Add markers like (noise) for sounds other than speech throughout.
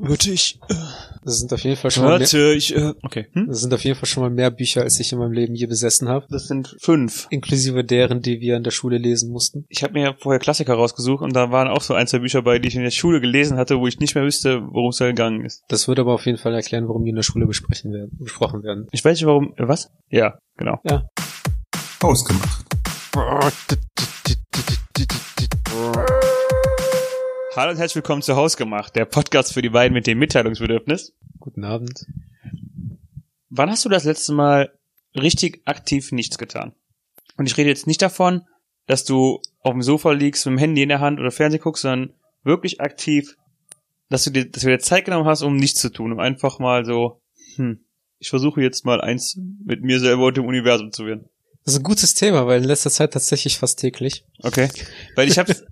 Warte, ich, äh, Das sind auf jeden Fall schon mal mehr, warte, ich, äh, okay. Hm? das sind auf jeden Fall schon mal mehr Bücher, als ich in meinem Leben je besessen habe. Das sind fünf. Inklusive deren, die wir in der Schule lesen mussten. Ich habe mir vorher Klassiker rausgesucht und da waren auch so ein, zwei Bücher bei, die ich in der Schule gelesen hatte, wo ich nicht mehr wüsste, worum es da gegangen ist. Das würde aber auf jeden Fall erklären, warum die in der Schule besprechen werden, besprochen werden. Ich weiß nicht, warum. äh, Was? Ja, genau. Ausgemacht. Hallo und herzlich willkommen zu Hausgemacht, der Podcast für die beiden mit dem Mitteilungsbedürfnis. Guten Abend. Wann hast du das letzte Mal richtig aktiv nichts getan? Und ich rede jetzt nicht davon, dass du auf dem Sofa liegst mit dem Handy in der Hand oder Fernsehen guckst, sondern wirklich aktiv, dass du dir, dass du dir Zeit genommen hast, um nichts zu tun, um einfach mal so, hm, ich versuche jetzt mal eins mit mir selber und dem Universum zu werden. Das ist ein gutes Thema, weil in letzter Zeit tatsächlich fast täglich. Okay. Weil ich hab's, (laughs)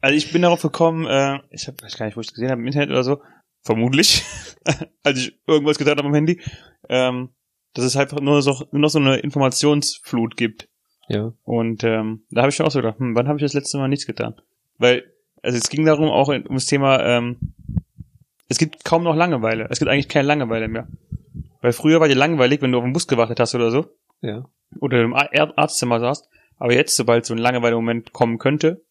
also ich bin darauf gekommen, äh, ich hab, weiß gar nicht, wo ich gesehen habe, im Internet oder so, vermutlich, (laughs) als ich irgendwas getan habe am Handy, ähm, dass es halt nur, so, nur noch so eine Informationsflut gibt. Ja. Und ähm, da habe ich schon auch so gedacht, hm, wann habe ich das letzte Mal nichts getan? Weil, also es ging darum auch in- um das Thema, ähm, es gibt kaum noch Langeweile. Es gibt eigentlich keine Langeweile mehr. Weil früher war dir langweilig, wenn du auf den Bus gewartet hast oder so Ja. oder im Ar- Ar- Arztzimmer saßt. Aber jetzt, sobald so ein Langeweile-Moment kommen könnte,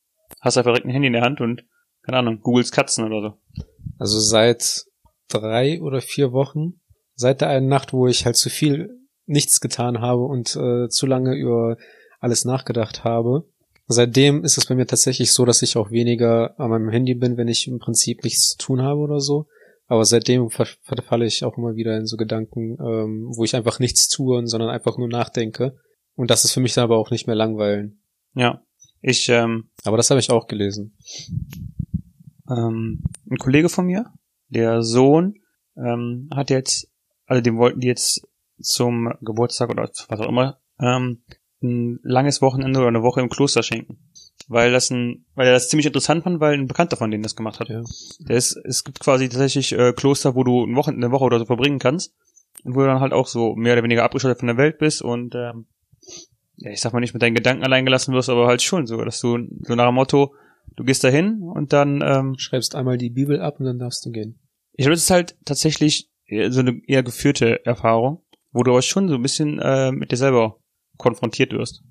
hast du einfach direkt ein Handy in der Hand und, keine Ahnung, googelst Katzen oder so. Also seit drei oder vier Wochen, seit der einen Nacht, wo ich halt zu viel nichts getan habe und äh, zu lange über alles nachgedacht habe. Seitdem ist es bei mir tatsächlich so, dass ich auch weniger an meinem Handy bin, wenn ich im Prinzip nichts zu tun habe oder so. Aber seitdem ver- verfalle ich auch immer wieder in so Gedanken, ähm, wo ich einfach nichts tue, sondern einfach nur nachdenke. Und das ist für mich dann aber auch nicht mehr langweilen. Ja. Ich, ähm, Aber das habe ich auch gelesen. ähm, ein Kollege von mir, der Sohn, ähm, hat jetzt, also dem wollten die jetzt zum Geburtstag oder was auch immer, ähm, ein langes Wochenende oder eine Woche im Kloster schenken. Weil das ein, weil er das ziemlich interessant fand, weil ein Bekannter von denen das gemacht hat. Ja. Der ist, es gibt quasi tatsächlich äh, Kloster, wo du ein Wochen, eine Woche oder so verbringen kannst. Und wo du dann halt auch so mehr oder weniger abgeschottet von der Welt bist und ähm, ja, ich sag mal nicht mit deinen Gedanken allein gelassen wirst, aber halt schon so, dass du so nach dem Motto, du gehst dahin und dann ähm, Schreibst einmal die Bibel ab und dann darfst du gehen. ich glaube, das ist halt tatsächlich eher so eine eher geführte Erfahrung, wo du aber schon so ein bisschen äh, mit dir selber konfrontiert wirst.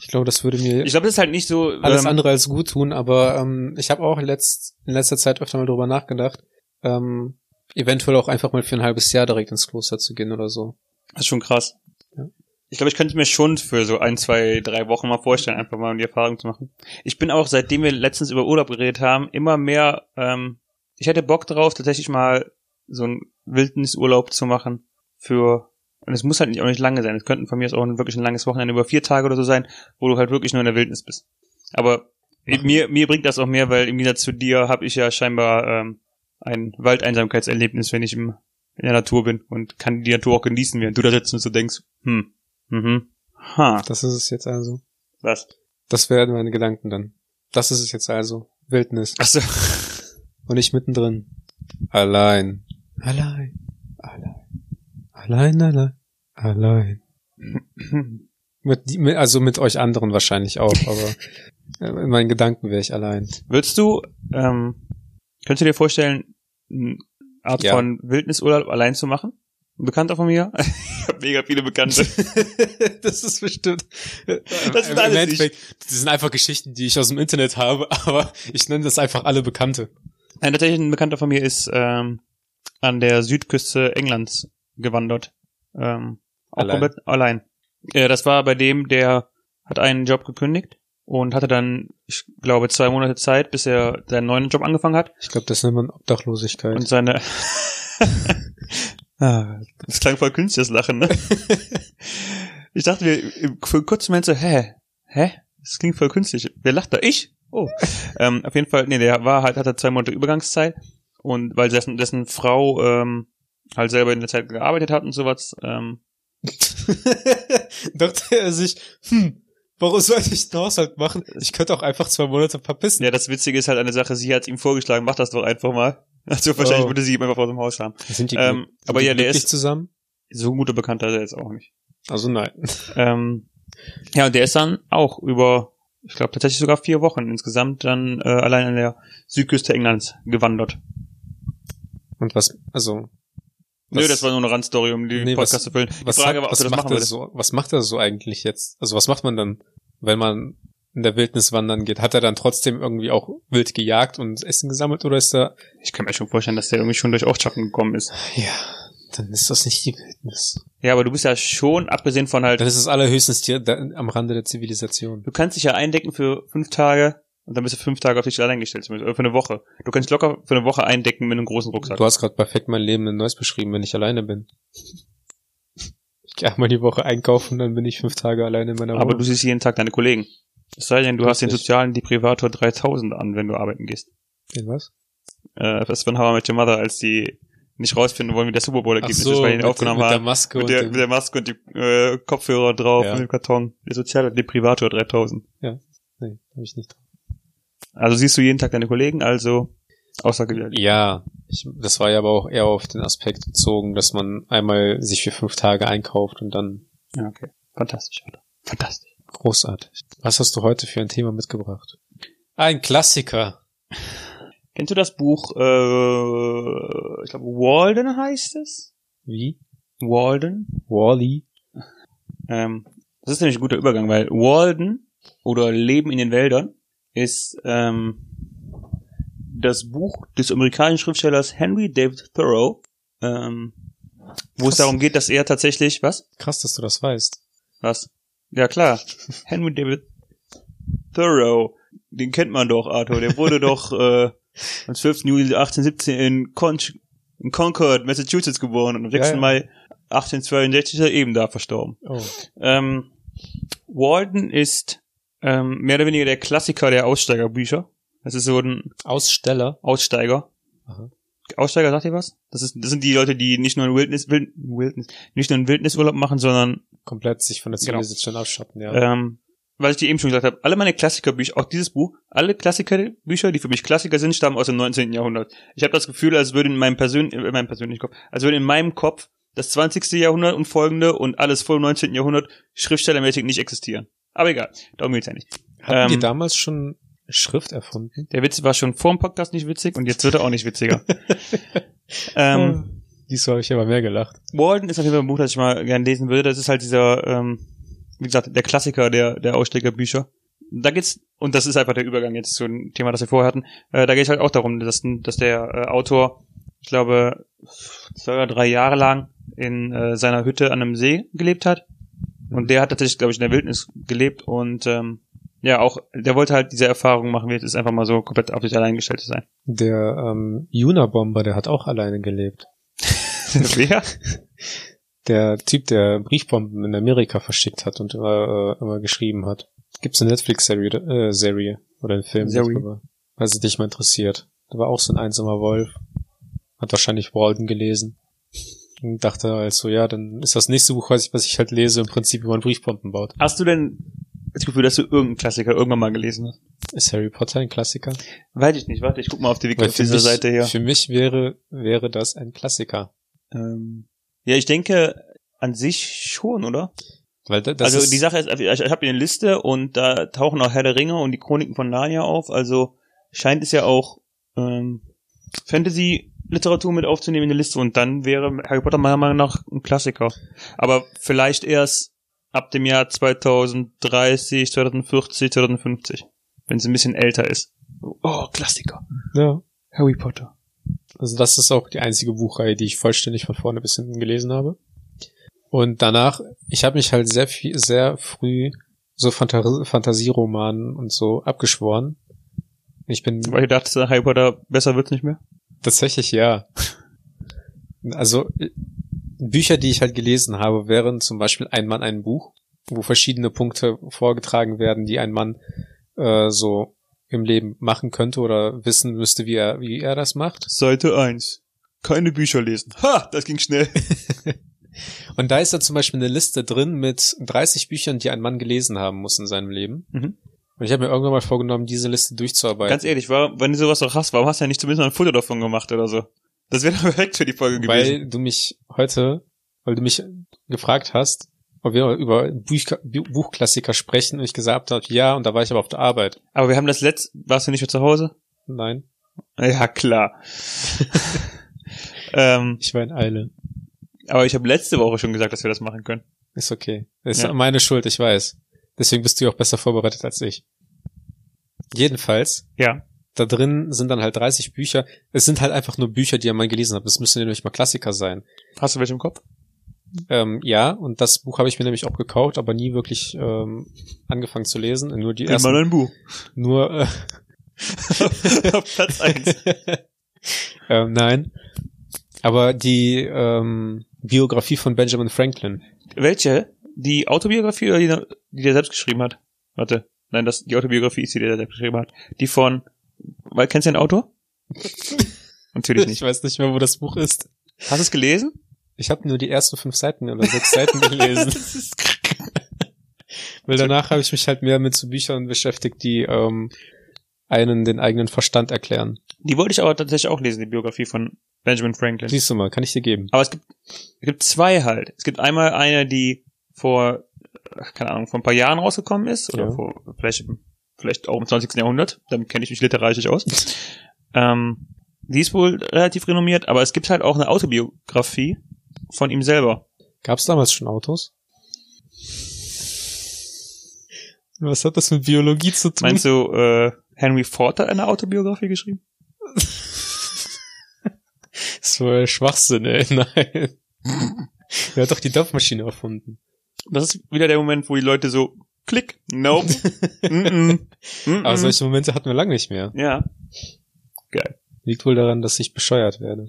Ich glaube, das würde mir Ich glaube, das ist halt nicht so. alles ähm, andere als gut tun, aber ähm, ich habe auch letzt, in letzter Zeit öfter mal drüber nachgedacht, ähm, eventuell auch einfach mal für ein halbes Jahr direkt ins Kloster zu gehen oder so. Das ist halt schon krass. Ja. Ich glaube, ich könnte mir schon für so ein, zwei, drei Wochen mal vorstellen, einfach mal um die Erfahrung zu machen. Ich bin auch, seitdem wir letztens über Urlaub geredet haben, immer mehr, ähm, ich hätte Bock drauf, tatsächlich mal so einen Wildnisurlaub zu machen für, und es muss halt nicht, auch nicht lange sein. Es könnten von mir aus auch ein, wirklich ein langes Wochenende über vier Tage oder so sein, wo du halt wirklich nur in der Wildnis bist. Aber mir, mir bringt das auch mehr, weil im Gegensatz zu dir habe ich ja scheinbar ähm, ein Waldeinsamkeitserlebnis, wenn ich im in der Natur bin und kann die Natur auch genießen, während du da sitzt und so denkst, hm, mhm, ha, Das ist es jetzt also. was? Das wären meine Gedanken dann. Das ist es jetzt also. Wildnis. Ach so. Und ich mittendrin. Allein. Allein. Allein. Allein, allein. Allein. Mit, die- mit, also mit euch anderen wahrscheinlich auch, (laughs) aber äh, in meinen Gedanken wäre ich allein. Würdest du, ähm, könntest du dir vorstellen, eine Art Ja. von Wildnisurlaub allein zu machen? Ein Bekannter von mir? (laughs) ich habe mega viele Bekannte. das ist bestimmt. Das sind alles ich. das sind einfach Geschichten, die ich aus dem Internet habe, (laughs) aber ich nenne das einfach alle Bekannte. (laughs) Nein, tatsächlich ein Bekannter von mir ist ähm, an der Südküste Englands gewandert. Ähm, auch Allein? komplett allein. Äh, das war bei dem, der hat einen Job gekündigt und hatte dann, ich glaube, zwei Monate Zeit, bis er seinen neuen Job angefangen hat. Ich glaube, das nennt man Obdachlosigkeit. Und seine. Ah, das klang voll künstlich, das Lachen, ne? Ich dachte mir im- für einen kurzen Moment so, hä? Hä? Das klingt voll künstlich. Wer lacht da? Ich? Oh. ähm, auf jeden Fall, nee, der war halt, hatte zwei Monate Übergangszeit. Und weil dessen, dessen Frau ähm, halt selber in der Zeit gearbeitet hat und sowas, ähm, (laughs) dachte er sich, hm, warum sollte ich den Haushalt machen? Ich könnte auch einfach zwei Monate verpissen. ja, das Witzige ist halt eine Sache, sie hat ihm vorgeschlagen, mach das doch einfach mal. (laughs) Also wahrscheinlich Oh. würde sie ihm einfach aus dem Haus haben. Sind die, Ähm, sind aber die ja, der glücklich ist- zusammen? So ein guter Bekannter ist er jetzt auch nicht. Also nein. (laughs) Ähm, ja, und der ist dann auch über, ich glaube tatsächlich sogar vier Wochen insgesamt dann äh, allein an der Südküste Englands gewandert. Und was, also, Nö, was- das war nur eine Randstory, um die Nee, Podcast was- zu füllen. Die was, Frage sagt, war, ob was du das macht machen er würdest. so, was macht er so eigentlich jetzt? Also was macht man dann, wenn man in der Wildnis wandern geht? Hat er dann trotzdem irgendwie auch wild gejagt und Essen gesammelt oder ist er, Ich kann mir schon vorstellen, dass der irgendwie schon durch Aufschaffen gekommen ist. ja, dann ist das nicht die Wildnis. Ja, aber du bist ja schon, abgesehen von halt, Dann ist es allerhöchstens die, da, am Rande der Zivilisation. du kannst dich ja eindecken für fünf Tage und dann bist du fünf Tage auf dich allein gestellt, zumindest, oder für eine Woche. Du kannst locker für eine Woche eindecken mit einem großen Rucksack. Du hast gerade perfekt mein Leben in Neuss beschrieben, wenn ich alleine bin. Ich gehe einmal die Woche einkaufen, dann bin ich fünf Tage alleine in meiner aber Wohnung. du siehst jeden Tag deine Kollegen. Es sei denn, du hast den Richtig. sozialen Deprivator 3000 an, wenn du arbeiten gehst. Den was? Äh, das von How I Met Your Mother, als die nicht rausfinden wollen, wie der Super Bowl-Ergebnis ist, weil die ihn aufgenommen mit der haben. Maske Mit der, und mit dem, der Maske und die äh, Kopfhörer drauf Ja. und dem Karton. Der soziale Deprivator 3000. nee, hab ich nicht. Also siehst du jeden Tag deine Kollegen, also außergewöhnlich. Ja, ich, das war ja aber auch eher auf den Aspekt bezogen, dass man einmal sich für fünf Tage einkauft und dann Ja, okay. Fantastisch, Alter. Fantastisch. großartig. Was hast du heute für ein Thema mitgebracht? Ein Klassiker. Kennst du das Buch, äh, ich glaube, Walden heißt es? Wie? Walden? Wally. Ähm, das ist nämlich ein guter Übergang, weil Walden oder Leben in den Wäldern ist ähm, das Buch des amerikanischen Schriftstellers Henry David Thoreau, ähm, wo Krass. es darum geht, dass er tatsächlich, was? Krass, dass du das weißt. Was? (laughs) Ja klar, Henry David Thoreau, den kennt man doch, Arthur. Der (laughs) wurde doch äh, am 12. Juli 1817 in, Con in Concord, Massachusetts geboren und am 6. Ja, ja. Mai 1862 ist er eben da verstorben. Oh. Ähm, Walden ist ähm, mehr oder weniger der Klassiker der Aussteigerbücher. Das ist so ein Aussteller. Aussteiger. Aha. Aussteiger, sagt ihr was? Das, ist, das sind die Leute, die nicht nur einen Wildnis, Wild, Wildnis, nicht nur einen Wildnisurlaub machen, sondern Komplett sich von der Genau. Zivilisation abschotten, ja. ähm, weil ich dir eben schon gesagt habe, alle meine Klassikerbücher, auch dieses Buch, alle Klassikerbücher, die für mich Klassiker sind, stammen aus dem 19. Jahrhundert. Ich habe das Gefühl, als würde in meinem, Persön in meinem persönlichen Kopf, als würde in meinem Kopf das 20. Jahrhundert und folgende und alles vor dem 19. Jahrhundert schriftstellermäßig nicht existieren. Aber egal, darum geht's ja nicht. Hatten die ähm, damals schon Schrift erfunden? Der Witz war schon vor dem Podcast nicht witzig und jetzt wird er auch nicht witziger. Oh. ähm, Diesmal habe ich aber mehr gelacht. Walden ist auf jeden Fall ein Buch, das ich mal gerne lesen würde. Das ist halt dieser, ähm, wie gesagt, der Klassiker der, der Aussteigerbücher. Da geht's, und das ist einfach der Übergang jetzt zu einem Thema, das wir vorher hatten, äh, da geht's halt auch darum, dass, dass der äh, Autor, ich glaube, zwei oder drei Jahre lang in äh, seiner Hütte an einem See gelebt hat. Und der hat tatsächlich, glaube ich, in der Wildnis gelebt und ähm, ja, auch, der wollte halt diese Erfahrung machen, wie es ist, einfach mal so komplett auf sich allein gestellt zu sein. (laughs) Der ähm, Junabomber, der hat auch alleine gelebt. Wer? Der Typ, der Briefbomben in Amerika verschickt hat und immer, äh, immer geschrieben hat. Gibt's eine Netflix-Serie äh, Serie oder einen Film Serie. darüber? Weil es dich mal interessiert. Da war auch so ein einsamer Wolf. Hat wahrscheinlich Walden gelesen. Und dachte halt so, ja, dann ist das nächste Buch, was ich, was ich halt lese, im Prinzip, wie man Briefbomben baut. Hast du denn das Gefühl, dass du irgendeinen Klassiker irgendwann mal gelesen hast? Ist Harry Potter ein Klassiker? Weiß ich nicht, warte, ich guck mal auf die Wiki, Weil auf für dieser mich- Seite hier. Für mich wäre, wäre das ein Klassiker. Ähm, ja, ich denke an sich schon, oder? Weil da- das also ist, die Sache ist, ich, ich habe hier eine Liste und da tauchen auch Herr der Ringe und die Chroniken von Narnia auf, also scheint es ja auch ähm, Fantasy-Literatur mit aufzunehmen in der Liste und dann wäre Harry Potter meiner Meinung nach ein Klassiker. Aber vielleicht erst ab dem Jahr 2030, 2040, 2050, wenn es ein bisschen älter ist. Oh, Klassiker. ja, Harry Potter. also das ist auch die einzige Buchreihe, die ich vollständig von vorne bis hinten gelesen habe. Und danach, ich habe mich halt sehr viel, sehr früh so Fanta- Fantasieromanen und so abgeschworen. Ich bin Weil du dachtest, Harry Potter besser wird's nicht mehr? Tatsächlich ja. Also äh, Bücher, die ich halt gelesen habe, wären zum Beispiel Ein Mann, ein Buch, wo verschiedene Punkte vorgetragen werden, die ein Mann äh, so im Leben machen könnte oder wissen müsste, wie er, wie er das macht. Seite 1. Keine Bücher lesen. Ha, das ging schnell. Und da ist dann zum Beispiel eine Liste drin mit 30 Büchern, die ein Mann gelesen haben muss in seinem Leben. Mhm. Und ich habe mir irgendwann mal vorgenommen, diese Liste durchzuarbeiten. Ganz ehrlich, warum, wenn du sowas doch hast, warum hast du ja nicht zumindest mal ein Foto davon gemacht oder so? Das wäre (laughs) doch perfekt für die Folge gewesen. Weil du mich heute, weil du mich gefragt hast, ob wir über Büch- Bu- Buchklassiker sprechen und ich gesagt habe, ja, und da war ich aber auf der Arbeit. Aber wir haben das letzte, warst du nicht mehr zu Hause? Nein. Ja, klar. ähm, Ich war in Eile. aber ich habe letzte Woche schon gesagt, dass wir das machen können. Ist okay. Ist Ja. meine Schuld, ich weiß. Deswegen bist du ja auch besser vorbereitet als ich. Jedenfalls Ja. da drin sind dann halt 30 Bücher. Es sind halt einfach nur Bücher, die ihr mal gelesen habt. Es müssen ja nämlich mal Klassiker sein. Hast du welche im Kopf? Ähm, ja, und das Buch habe ich mir nämlich auch gekauft, aber nie wirklich ähm, angefangen zu lesen. Nur die Immer ersten, ein Buch. nur äh, (laughs) Auf Platz eins. (laughs) ähm, nein. Aber die ähm, Biografie von Benjamin Franklin. Welche? Die Autobiografie oder die, die der selbst geschrieben hat? Warte. Nein, das, die Autobiografie ist die, die der selbst geschrieben hat. Die von, weil, kennst du den Autor? (laughs) Natürlich Ich nicht. weiß nicht mehr, wo das Buch ist. Hast du es gelesen? Ich habe nur die ersten fünf Seiten oder sechs Seiten (laughs) gelesen. Weil danach habe ich mich halt mehr mit so Büchern beschäftigt, die ähm, einen den eigenen Verstand erklären. Die wollte ich aber tatsächlich auch lesen, die Biografie von Benjamin Franklin. Siehst du mal, kann ich dir geben. Aber es gibt, es gibt zwei halt. Es gibt einmal eine, die vor, ach, keine Ahnung, vor ein paar Jahren rausgekommen ist, oder Ja. vor, vielleicht, im- vielleicht auch im 20. Jahrhundert, damit kenne ich mich (laughs) literarisch nicht aus. ähm, die ist wohl relativ renommiert, aber es gibt halt auch eine Autobiografie von ihm selber. Gab es damals schon Autos? Was hat das mit Biologie zu tun? Meinst du, äh, Henry Ford hat eine Autobiografie geschrieben? das war Schwachsinn, ey. (laughs) Nein. Er hat doch die Dampfmaschine erfunden. Das ist wieder der Moment, wo die Leute so, klick, (laughs) nope, mm -mm, mm Aber -mm. solche Momente hatten wir lange nicht mehr. Ja, Liegt wohl daran, dass ich bescheuert werde.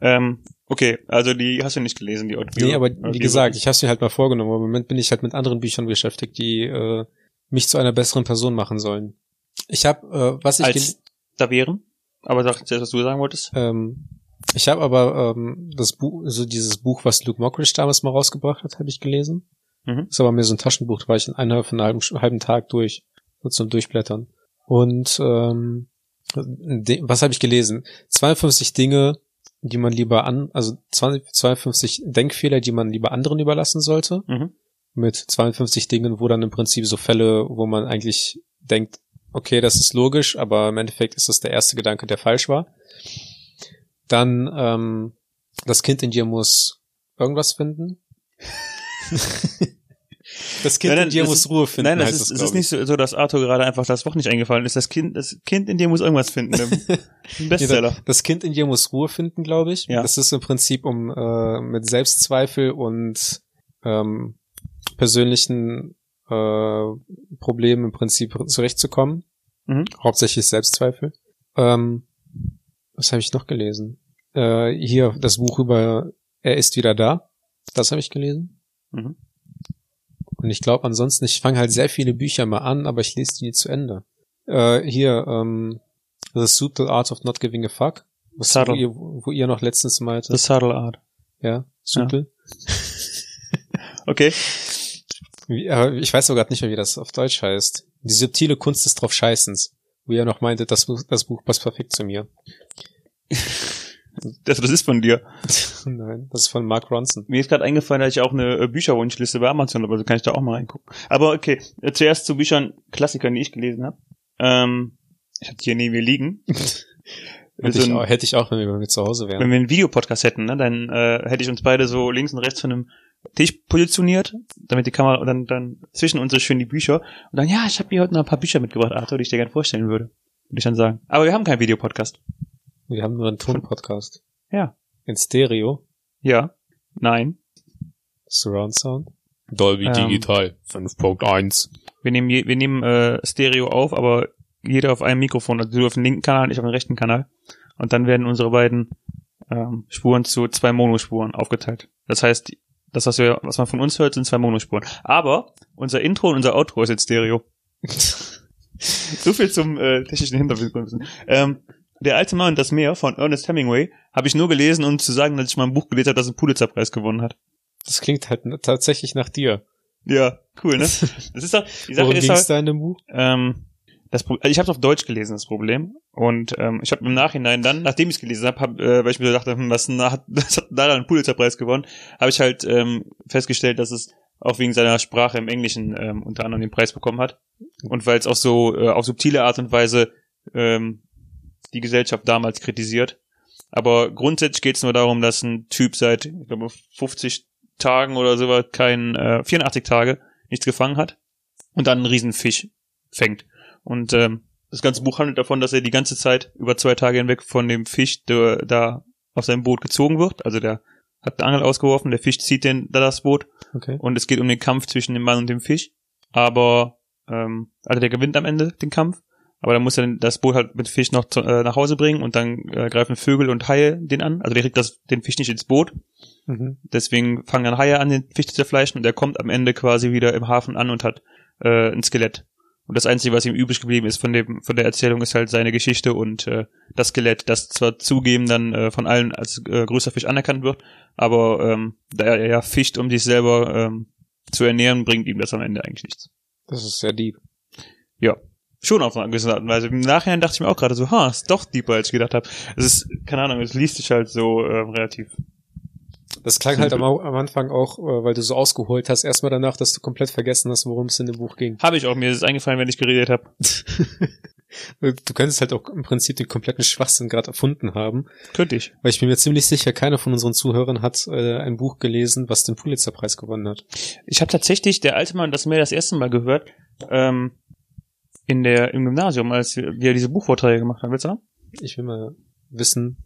ähm, okay, also die hast du nicht gelesen, die Autobiografie. Nee, aber wie gesagt, ich habe es mir halt mal vorgenommen. Aber Im Moment bin ich halt mit anderen Büchern beschäftigt, die äh, mich zu einer besseren Person machen sollen. Ich habe, äh, was ich gel- als da wären. Aber sag jetzt, was du sagen wolltest. Ähm, ich habe aber ähm, das Buch, also dieses Buch, was Luke Mockridge damals mal rausgebracht hat, habe ich gelesen. Mhm. Ist aber mehr so ein Taschenbuch, da war ich in einer von einem halben, Sch- halben Tag durch, so zum Durchblättern. Und ähm, de, was habe ich gelesen? 52 Dinge, die man lieber an, also 20, 52 Denkfehler, die man lieber anderen überlassen sollte. Mhm. Mit 52 Dingen, wo dann im Prinzip so Fälle, wo man eigentlich denkt, okay, das ist logisch, aber im Endeffekt ist das der erste Gedanke, der falsch war. Dann ähm, das Kind in dir muss irgendwas (laughs) finden. das Kind Nein, nein, in dir es muss ist- Ruhe finden. Nein, das heißt ist, es, es glaub ist nicht so, so, dass Arthur gerade einfach das Wort nicht eingefallen ist. Das Kind, das Kind in dir muss irgendwas finden. (laughs) Ein ich. Nee, Bestseller. das- Das Kind in dir muss Ruhe finden, glaube ich. Ja. Das ist im Prinzip um äh, mit Selbstzweifel und ähm, persönlichen äh, Problemen im Prinzip zurechtzukommen. Mhm. Hauptsächlich Selbstzweifel. Ähm, was habe ich noch gelesen? Äh, hier das Buch über Er ist wieder da. Das habe ich gelesen. Mhm. Und ich glaube ansonsten, ich fange halt sehr viele Bücher mal an, aber ich lese die nie zu Ende. Äh, hier, ähm, The Subtle Art of Not Giving a Fuck. Was wo, Subtle. ihr, wo ihr noch letztens meintet. The Subtle Art. ja, Subtle. Okay. Wie, äh, ich weiß sogar nicht mehr, wie das auf Deutsch heißt. Die subtile Kunst des drauf Scheißens. Wo ihr noch meintet, das, Buch- das Buch passt perfekt zu mir. (laughs) Das, das ist von dir. Nein, das ist von Mark Ronson. Mir ist gerade eingefallen, dass ich auch eine äh, Bücherwunschliste bei Amazon habe, also kann ich da auch mal reingucken. Aber okay, äh, zuerst zu Büchern, Klassikern, die ich gelesen habe. Ähm, ich habe die hier neben mir liegen. Hätte, So ich ein- auch, hätte ich auch, wenn wir bei mir zu Hause wenn wären. wir einen Videopodcast hätten, ne, dann äh, hätte ich uns beide so links und rechts von einem Tisch positioniert, damit die Kamera und dann, dann zwischen uns so schön die Bücher und dann, ja, ich habe mir heute noch ein paar Bücher mitgebracht, Arthur, die ich dir gerne vorstellen würde. Würde ich dann sagen. Aber wir haben keinen Videopodcast. Wir haben nur einen Ton-Podcast. Ja. In Stereo. Ja. Nein. Surround Sound. Dolby Ähm. Digital 5.1. Wir nehmen, je, wir nehmen äh, Stereo auf, aber jeder auf einem Mikrofon. Also du auf dem linken Kanal, ich auf dem rechten Kanal. Und dann werden unsere beiden ähm, Spuren zu zwei Monospuren aufgeteilt. Das heißt, das, was, wir, was man von uns hört, sind zwei Monospuren. Aber unser Intro und unser Outro ist jetzt Stereo. (laughs) so viel zum äh, technischen Hintergrundwissen. Ähm, der alte Mann und das Meer von Ernest Hemingway habe ich nur gelesen, um zu sagen, dass ich mal ein Buch gelesen habe, das einen Pulitzerpreis gewonnen hat. Das klingt halt n- tatsächlich nach (laughs) dir. Ja, cool, (laughs) ne? Das ist doch, die Sache Worum ging ist halt doch, es da in dem Buch? ähm, das Pro also ich habe es auf Deutsch gelesen, das Problem. Und ähm, ich habe im Nachhinein dann, nachdem ich es gelesen habe, hab, äh, weil ich mir so dachte, hm, was na, (laughs) hat, das hat da einen Pulitzerpreis gewonnen, habe ich halt ähm, festgestellt, dass es auch wegen seiner Sprache im Englischen ähm, unter anderem den Preis bekommen hat. Und weil es auch so äh, auf subtile Art und Weise ähm, die Gesellschaft damals kritisiert. Aber grundsätzlich geht es nur darum, dass ein Typ seit, ich glaube, 50 Tagen oder sowas kein, äh, 84 Tage nichts gefangen hat und dann einen Riesenfisch fängt. Und ähm, das ganze Buch handelt davon, dass er die ganze Zeit über zwei Tage hinweg von dem Fisch, der da auf seinem Boot gezogen wird. Also der hat eine Angel ausgeworfen, der Fisch zieht den, da das Boot Okay. und es geht um den Kampf zwischen dem Mann und dem Fisch. Aber, ähm, also der gewinnt am Ende den Kampf. Aber dann muss er den- das Boot halt mit Fisch noch zu, äh, nach Hause bringen und dann äh, greifen Vögel und Haie den an. Also der kriegt das, den Fisch nicht ins Boot. Mhm. Deswegen fangen dann Haie an, den Fisch zu zerfleischen und er kommt am Ende quasi wieder im Hafen an und hat äh, ein Skelett. Und das Einzige, was ihm übrig geblieben ist von dem von der Erzählung, ist halt seine Geschichte und äh, das Skelett, das zwar zugeben dann äh, von allen als äh, größter Fisch anerkannt wird, aber ähm, da er ja fischt, um sich selber ähm, zu ernähren, bringt ihm das am Ende eigentlich nichts. Das ist sehr deep. Schon auf eine gewisse Art und Weise. Im Nachhinein dachte ich mir auch gerade so, ha, ist doch deeper, als ich gedacht habe. Es ist, keine Ahnung, es liest sich halt so ähm, relativ. Das klang halt am, am Anfang auch, äh, weil du so ausgeholt hast, erstmal danach, dass du komplett vergessen hast, worum es in dem Buch (laughs) ging. Habe ich auch, mir ist es eingefallen, wenn ich geredet habe. Du könntest halt auch im Prinzip den kompletten Schwachsinn gerade erfunden haben, Könnte ich. weil ich bin mir ziemlich sicher, keiner von unseren Zuhörern hat äh, ein Buch gelesen, was den Pulitzerpreis gewonnen hat. Ich habe tatsächlich, der alte Mann, das mir das erste Mal gehört, ähm, in der, im Gymnasium, als wir diese Buchvorträge gemacht haben, willst du noch? Ich will mal wissen,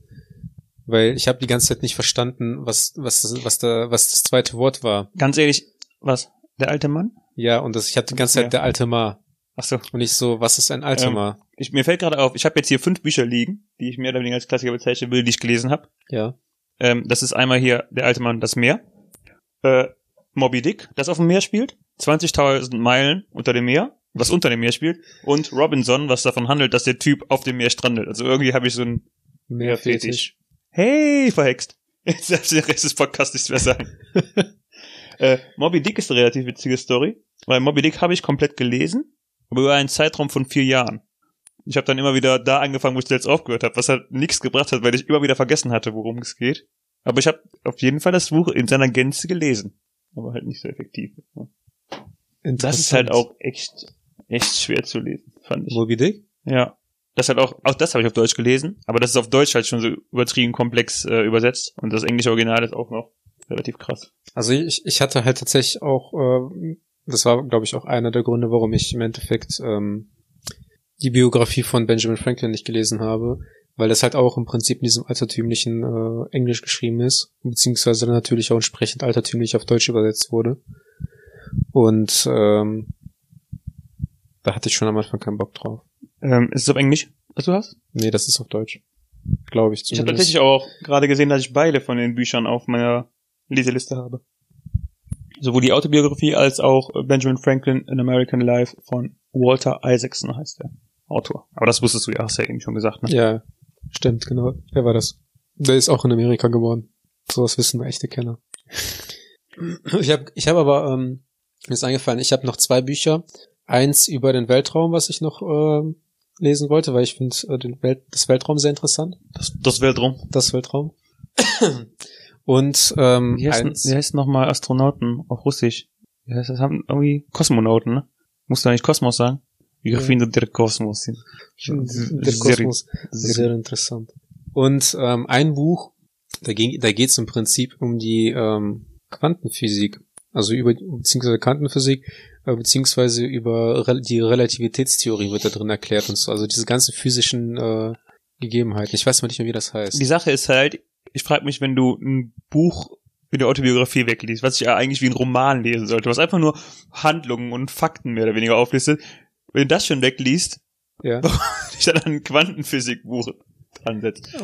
weil ich habe die ganze Zeit nicht verstanden, was was das- was da was das zweite Wort war. Ganz ehrlich, was? Der alte Mann? Ja, und das, ich hatte die ganze Zeit Ja. der alte Ma Ach so. und ich so, was ist ein alter Ähm. Ma? Ich, mir fällt gerade auf, ich habe jetzt hier fünf Bücher liegen, die ich mehr oder weniger als Klassiker bezeichnen will, die ich gelesen habe. Ja, Ähm, das ist einmal hier Der alte Mann und das Meer. Äh, Moby Dick, das auf dem Meer spielt. 20.000 Meilen unter dem Meer, was unter dem Meer spielt. Und Robinson, was davon handelt, dass der Typ auf dem Meer strandet. Also irgendwie habe ich so ein mehr Fetisch. Hey, verhext. Jetzt darfst du den Rest des Podcasts nichts mehr sagen. (laughs) äh, Moby Dick ist eine relativ witzige Story, weil Moby Dick habe ich komplett gelesen, aber über einen Zeitraum von vier Jahren. Ich habe dann immer wieder da angefangen, wo ich jetzt aufgehört habe, was halt nichts gebracht hat, weil ich immer wieder vergessen hatte, worum es geht. Aber ich habe auf jeden Fall das Buch in seiner Gänze gelesen, aber halt nicht so effektiv. Das ist halt auch echt, echt schwer zu lesen, fand ich. Moby Dick. Ja. Das halt auch, auch das habe ich auf Deutsch gelesen, aber das ist auf Deutsch halt schon so übertrieben komplex äh, übersetzt und das englische Original ist auch noch relativ krass. Also ich, ich hatte halt tatsächlich auch, äh, das war, glaube ich, auch einer der Gründe, warum ich im Endeffekt ähm, die Biografie von Benjamin Franklin nicht gelesen habe, weil das halt auch im Prinzip in diesem altertümlichen äh, Englisch geschrieben ist, beziehungsweise dann natürlich auch entsprechend altertümlich auf Deutsch übersetzt wurde. Und ähm, da hatte ich schon am Anfang keinen Bock drauf. Ähm, ist es auf Englisch, was du hast? Nee, das ist auf Deutsch. Glaube ich Ich habe zumindest. tatsächlich auch gerade gesehen, dass ich beide von den Büchern auf meiner Leseliste habe. Sowohl die Autobiografie als auch Benjamin Franklin, An American Life von Walter Isaacson heißt der Autor. Aber das wusstest du ja, hast du ja eben schon gesagt. Ne? ja, stimmt, genau. Wer war das? Der ist auch in Amerika geboren. Sowas wissen echte Kenner. Ich habe ich hab aber, ähm, mir ist eingefallen, ich habe noch zwei Bücher. Eins über den Weltraum, was ich noch ähm, lesen wollte, weil ich finde äh, den Welt, das Weltraum sehr interessant. Das, das Weltraum. Das (coughs) Weltraum. Und ähm, Wie heißt, eins, wie heißt nochmal Astronauten auf Russisch? Wie heißt das? Haben irgendwie Kosmonauten, ne? Musst du eigentlich Kosmos sagen? Ich Ja. finde der Kosmos. der Kosmos. Sehr interessant. Und ähm, ein Buch, da, ging, da geht's im Prinzip um die ähm, Quantenphysik, also über beziehungsweise Quantenphysik, äh, beziehungsweise über Rel die Relativitätstheorie wird da drin erklärt und so, also diese ganzen physischen äh, Gegebenheiten. Ich weiß mal nicht mehr, wie das heißt. Die Sache ist halt, ich frage mich, wenn du ein Buch in der Autobiografie wegliest, was ich ja eigentlich wie ein Roman lesen sollte, was einfach nur Handlungen und Fakten mehr oder weniger auflistet, wenn du das schon wegliest, ja. (laughs) dich dann an ein Quantenphysikbuch ansetzt.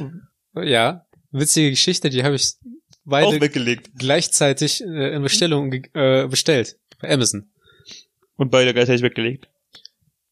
Äh, ja, witzige Geschichte, die habe ich Auch beide weggelegt. gleichzeitig äh, in Bestellung ge- äh, bestellt bei Amazon. Und beide gleichzeitig weggelegt.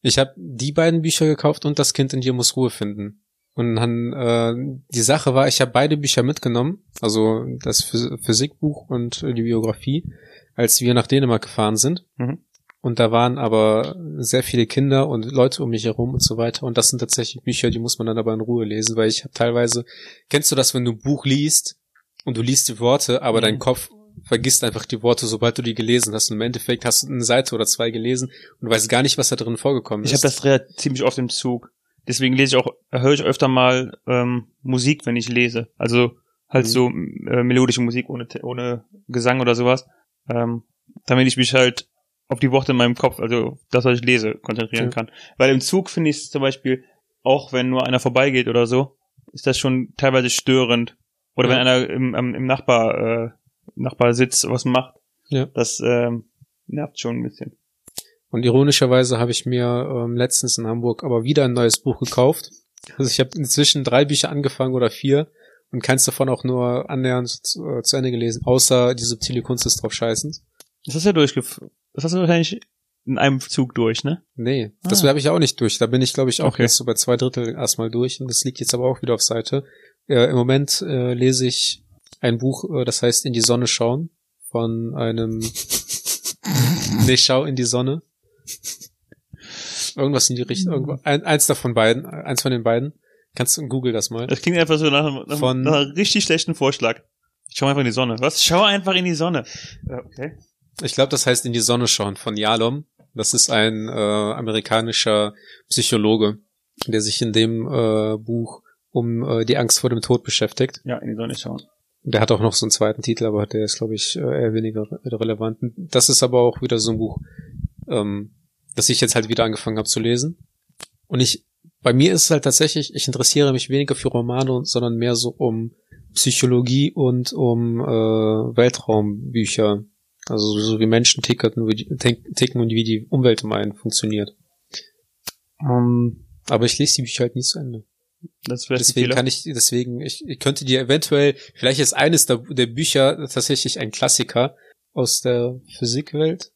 Ich habe die beiden Bücher gekauft und das Kind in dir muss Ruhe finden. Und dann äh, die Sache war, ich habe beide Bücher mitgenommen, also das Phys Physikbuch und äh, die Biografie, als wir nach Dänemark gefahren sind. Mhm. Und da waren aber sehr viele Kinder und Leute um mich herum und so weiter. Und das sind tatsächlich Bücher, die muss man dann aber in Ruhe lesen, weil ich habe teilweise, kennst du das, wenn du ein Buch liest und du liest die Worte, aber dein Mhm. Kopf vergisst einfach die Worte, sobald du die gelesen hast. Und im Endeffekt hast du eine Seite oder zwei gelesen und du weißt gar nicht, was da drin vorgekommen Ich ist. habe das relativ ziemlich oft im Zug. Deswegen lese ich auch, höre ich öfter mal ähm, Musik, wenn ich lese. Also halt Mhm. so äh, melodische Musik ohne, Te- ohne Gesang oder sowas. Ähm, damit ich mich halt auf die Worte in meinem Kopf, also das, was ich lese, konzentrieren Ja. kann. Weil im Zug finde ich es zum Beispiel, auch wenn nur einer vorbeigeht oder so, ist das schon teilweise störend. Oder Ja. wenn einer im, am- im Nachbar, äh, Nachbarsitz was macht. Ja. Das ähm, nervt schon ein bisschen. Und ironischerweise habe ich mir ähm, letztens in Hamburg aber wieder ein neues Buch gekauft. Also ich habe inzwischen drei Bücher angefangen oder vier und keins davon auch nur annähernd zu, äh, zu Ende gelesen, außer die subtile Kunst des drauf scheißens. Das hast du ja durchgef... Das hast du wahrscheinlich in einem Zug durch, ne? Nee, das Ah. habe ich auch nicht durch. Da bin ich, glaube ich, auch Okay. jetzt so bei zwei Drittel erstmal durch und das liegt jetzt aber auch wieder auf Seite. Äh, Im Moment äh, lese ich ein Buch, äh, das heißt In die Sonne schauen von (laughs) einem Nee, schau in die Sonne. Irgendwas in die Richtung. Hm. Irgendwo, ein, eins davon beiden, eins von den beiden. Kannst du Google das mal. Das klingt einfach so nach, nach, Von- nach einem richtig schlechten Vorschlag. Schau einfach in die Sonne. Was? Schau einfach in die Sonne. Äh, okay. Ich glaube, das heißt In die Sonne schauen von Yalom. Das ist ein äh, amerikanischer Psychologe, der sich in dem äh, Buch um äh, die Angst vor dem Tod beschäftigt. Ja, in die Sonne schauen. Der hat auch noch so einen zweiten Titel, aber der ist, glaube ich, äh, eher weniger re- relevant. Das ist aber auch wieder so ein Buch, ähm, das ich jetzt halt wieder angefangen habe zu lesen. Und ich, bei mir ist es halt tatsächlich, ich interessiere mich weniger für Romane, sondern mehr so um Psychologie und um äh, Weltraumbücher. Also so wie Menschen ticken, und wie die- tink- ticken und wie die Umwelt um einen funktioniert. Ähm, Aber ich lese die Bücher halt nie zu Ende. das ist vielleicht ein Deswegen Fehler. kann ich, deswegen, ich, ich könnte dir eventuell, vielleicht ist eines der, der Bücher tatsächlich ein Klassiker aus der Physikwelt.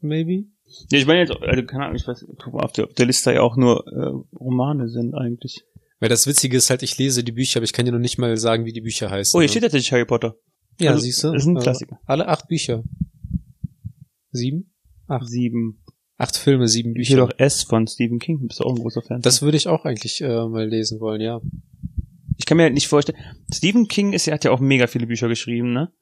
Maybe? Ja, ich meine jetzt, also keine Ahnung, ich weiß, guck mal, auf der, auf der Liste ja auch nur äh, Romane sind eigentlich. Weil das Witzige ist halt, ich lese die Bücher, aber ich kann dir noch nicht mal sagen, wie die Bücher heißen. Oh, hier ne? steht tatsächlich Harry Potter. Ja, also, siehst du? das ist ein Also Klassiker. Alle acht Bücher. Sieben? Ach. Sieben. Acht Filme, sieben Hier Bücher. doch S von Stephen King. Bist du auch ein großer Fan? Das würde ich auch eigentlich äh, mal lesen wollen, ja. ich kann mir halt nicht vorstellen. Stephen King ist, ja- hat ja auch mega viele Bücher geschrieben, ne?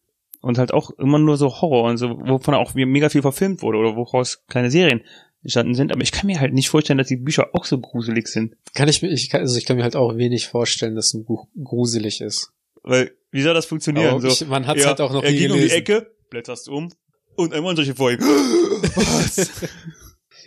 Und halt auch immer nur so Horror und so, wovon auch mega viel verfilmt wurde oder woraus kleine Serien entstanden sind. Aber ich kann mir halt nicht vorstellen, dass die Bücher auch so gruselig sind. Kann ich mir, ich kann, also ich kann mir halt auch wenig vorstellen, dass ein Buch gruselig ist. Weil, wie soll das funktionieren? Aber so, ich, man hat es ja, halt auch noch er nie ging um gelesen. die Ecke, blätterst um und ein Monster steht vor ihm. Was?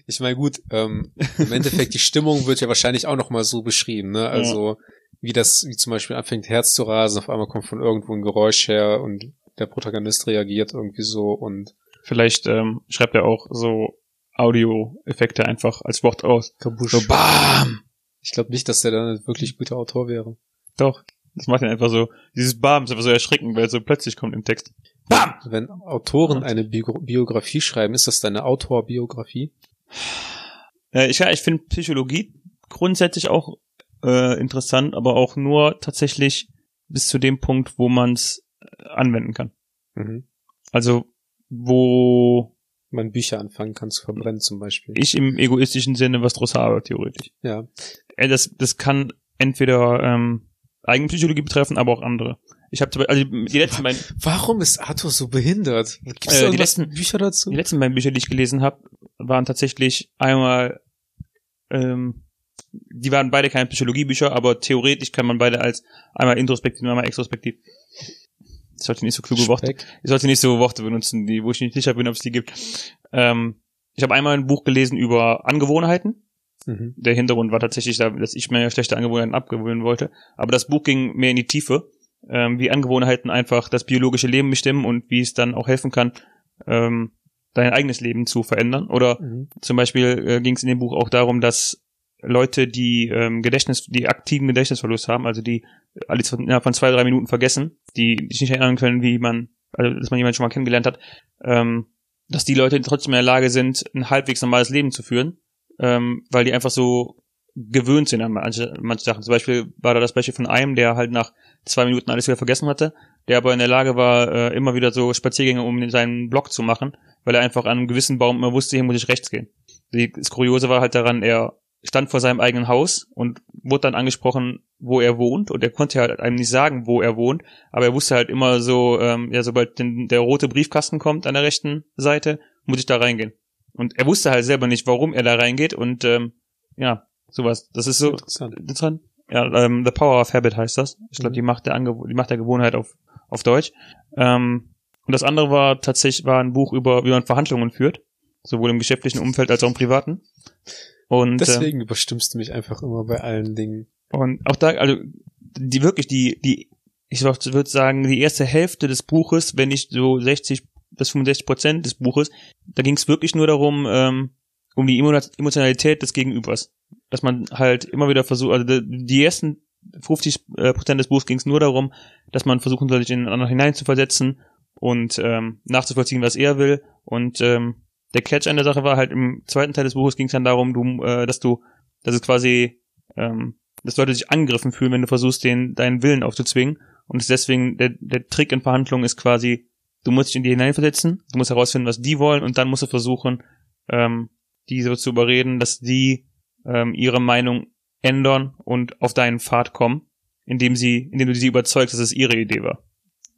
Ich meine, gut, ähm, im Endeffekt, die Stimmung wird ja wahrscheinlich auch nochmal so beschrieben, ne? Also, wie das, wie zum Beispiel anfängt, Herz zu rasen, auf einmal kommt von irgendwo ein Geräusch her und der Protagonist reagiert irgendwie so und (laughs) Vielleicht ähm, schreibt er auch so Audioeffekte einfach als Wort aus. kabusch. So BAM! Ich glaube nicht, dass der dann ein wirklich guter Autor wäre. Doch, das macht ihn einfach so, dieses BAM ist einfach so erschreckend, weil es so plötzlich kommt im Text. BAM! Wenn Autoren eine Bio Biografie schreiben, ist das deine Autorbiografie? Äh, ich ja, ich finde Psychologie grundsätzlich auch äh, interessant, aber auch nur tatsächlich bis zu dem Punkt, wo man es anwenden kann. Mhm. Also wo Man Bücher anfangen kann zu verbrennen zum Beispiel. ich im egoistischen Sinne was draus habe, theoretisch. Ja. Äh, das, das kann entweder ähm, Eigenpsychologie betreffen, aber auch andere. Ich habe also die letzten beiden Warum ist Arthur so behindert? Gibt's Äh, da die irgendwas- letzten- Bücher dazu? Die letzten beiden Bücher, die ich gelesen habe, waren tatsächlich einmal, ähm, die waren beide keine Psychologiebücher, aber theoretisch kann man beide als einmal introspektiv und einmal extrospektiv. Ich sollte nicht so kluge Worte, Speck. ich sollte nicht so Worte benutzen, die, wo ich nicht sicher bin, ob es die gibt. Ähm, ich habe einmal ein Buch gelesen über Angewohnheiten. Mhm. Der Hintergrund war tatsächlich, da, dass ich mir schlechte Angewohnheiten abgewöhnen wollte. Aber das Buch ging mehr in die Tiefe, ähm, wie Angewohnheiten einfach das biologische Leben bestimmen und wie es dann auch helfen kann, ähm, dein eigenes Leben zu verändern. Oder Mhm. zum Beispiel äh, ging es in dem Buch auch darum, dass Leute, die ähm, Gedächtnis, die aktiven Gedächtnisverlust haben, also die alles von, innerhalb von zwei, drei Minuten vergessen, die sich nicht erinnern können, wie man, also dass man jemanden schon mal kennengelernt hat, ähm, dass die Leute trotzdem in der Lage sind, ein halbwegs normales Leben zu führen, ähm, weil die einfach so gewöhnt sind an manche, manche Sachen. Zum Beispiel war da das Beispiel von einem, der halt nach zwei Minuten alles wieder vergessen hatte, der aber in der Lage war, äh, immer wieder so Spaziergänge um seinen Block zu machen, weil er einfach an einem gewissen Baum immer wusste, hier muss ich rechts gehen. Die- Das Kuriose war halt daran, er stand vor seinem eigenen Haus und wurde dann angesprochen, wo er wohnt und er konnte halt einem nicht sagen, wo er wohnt, aber er wusste halt immer so, ähm, ja, sobald den, der rote Briefkasten kommt an der rechten Seite, muss ich da reingehen. Und er wusste halt selber nicht, warum er da reingeht und ähm, ja, Sowas. Das ist so Interessant. interessant. Ja, ähm, The Power of Habit heißt das. Ich glaube, Mhm. die Macht der Angew die Macht der Gewohnheit auf auf Deutsch. Ähm, und das andere war tatsächlich war ein Buch über wie man Verhandlungen führt, sowohl im geschäftlichen Umfeld als auch im privaten. Und äh, Deswegen überstimmst du mich einfach immer bei allen Dingen. Und auch da, also die wirklich, die, die, ich würde sagen, die erste Hälfte des Buches, wenn nicht so 60 bis 65 Prozent des Buches, da ging es wirklich nur darum, ähm, um die Emo- Emotionalität des Gegenübers. Dass man halt immer wieder versucht, also die- die ersten 50 äh, Prozent des Buchs ging es nur darum, dass man versuchen soll, sich in den anderen hineinzuversetzen und ähm, nachzuvollziehen, was er will. Und ähm, der Catch an der Sache war halt im zweiten Teil des Buches ging es dann darum, du, äh, dass du, dass es quasi ähm, dass Leute sich angegriffen fühlen, wenn du versuchst, den, deinen Willen aufzuzwingen. Und ist deswegen, der, der Trick in Verhandlungen ist quasi, du musst dich in die hineinversetzen, du musst herausfinden, was die wollen, und dann musst du versuchen, ähm, die so zu überreden, dass die ähm, ihre Meinung ändern und auf deinen Pfad kommen, indem sie, indem du sie überzeugst, dass es ihre Idee war.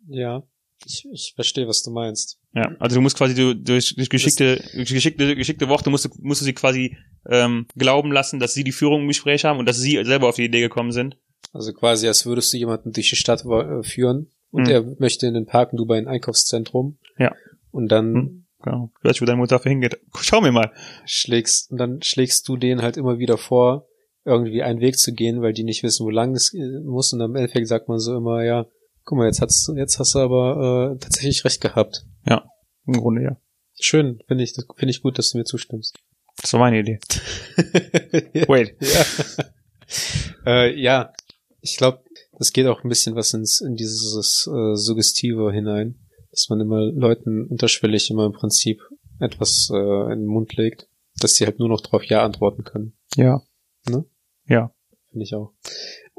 Ja, ich, ich verstehe, was du meinst. Ja, also du musst quasi du, durch, durch geschickte, durch geschickte, geschickte Worte musst du, musst du sie quasi ähm, glauben lassen, dass sie die Führung im Gespräch haben und dass sie selber auf die Idee gekommen sind. Also quasi, als würdest du jemanden durch die Stadt äh, führen und Mhm. er möchte in den Park und du bei ein Einkaufszentrum. Ja. Und dann Mhm. Genau. Ich weiß, nicht, wo deine Mutter dafür hingeht. Schau mir mal. schlägst und dann schlägst du denen halt immer wieder vor, irgendwie einen Weg zu gehen, weil die nicht wissen, wo lang es äh, muss. Und am Endeffekt sagt man so immer, ja, guck mal, jetzt hast jetzt hast du aber äh, tatsächlich recht gehabt. Im Grunde, ja. Schön, finde ich, das finde ich gut, dass du mir zustimmst. (laughs) Das war meine Idee. Wait. ja. (laughs) äh, ja, ich glaube, es geht auch ein bisschen was ins in dieses äh, Suggestive hinein, dass man immer Leuten unterschwellig immer im Prinzip etwas äh, in den Mund legt, dass sie halt nur noch drauf Ja antworten können. Ja. Finde ich auch.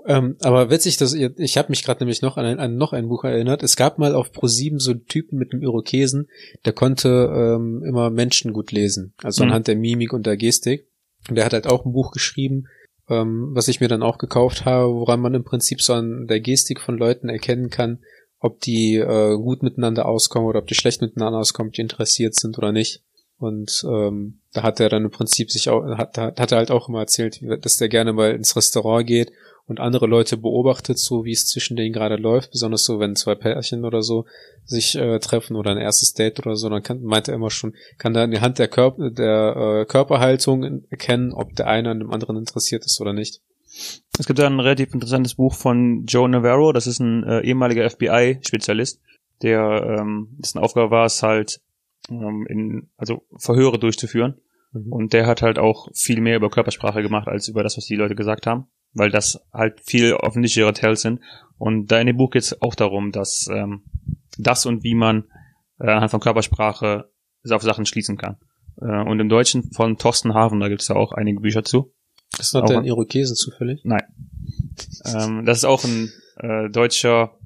Ähm, aber witzig, dass ihr, ich habe mich gerade nämlich noch an, ein, an noch ein Buch erinnert. Es gab mal auf ProSieben so einen Typen mit einem Irokesen, der konnte ähm, immer Menschen gut lesen, also Mhm. anhand der Mimik und der Gestik. Und der hat halt auch ein Buch geschrieben, ähm, was ich mir dann auch gekauft habe, woran man im Prinzip so an der Gestik von Leuten erkennen kann, ob die äh, gut miteinander auskommen oder ob die schlecht miteinander auskommen, ob die interessiert sind oder nicht. Und ähm, da hat er dann im Prinzip sich auch, hat, hat hat er halt auch immer erzählt, wie- dass der gerne mal ins Restaurant geht und andere Leute beobachtet, so wie es zwischen denen gerade läuft, besonders so, wenn zwei Pärchen oder so sich äh, treffen oder ein erstes Date oder so, dann kann, meint er immer schon, kann da in der Hand der, Körp der äh, Körperhaltung erkennen, ob der eine an dem anderen interessiert ist oder nicht. Es gibt da ein relativ interessantes Buch von Joe Navarro. Das ist ein äh, ehemaliger FBI-Spezialist, der, ähm, dessen Aufgabe war es halt, ähm, in, also Verhöre durchzuführen. Mhm. Und der hat halt auch viel mehr über Körpersprache gemacht, als über das, was die Leute gesagt haben, weil das halt viel offensichtlichere Tales sind. Und da in dem Buch geht es auch darum, dass ähm, das und wie man äh, anhand von Körpersprache auf Sachen schließen kann. Äh, und im Deutschen von Thorsten Haven, da gibt es ja auch einige Bücher zu. Das auch hat er in ein- Irokesen zufällig. Ähm, das ist auch ein äh, deutscher,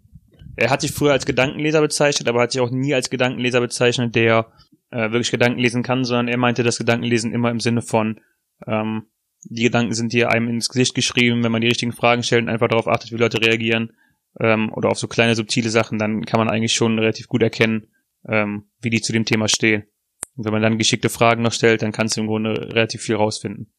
er hat sich früher als Gedankenleser bezeichnet, aber hat sich auch nie als Gedankenleser bezeichnet, der äh, wirklich Gedanken lesen kann, sondern er meinte das Gedankenlesen immer im Sinne von, ähm, die Gedanken sind dir einem ins Gesicht geschrieben, wenn man die richtigen Fragen stellt und einfach darauf achtet, wie Leute reagieren ähm, oder auf so kleine subtile Sachen, dann kann man eigentlich schon relativ gut erkennen, ähm, wie die zu dem Thema stehen. Und wenn man dann geschickte Fragen noch stellt, dann kannst du im Grunde relativ viel rausfinden.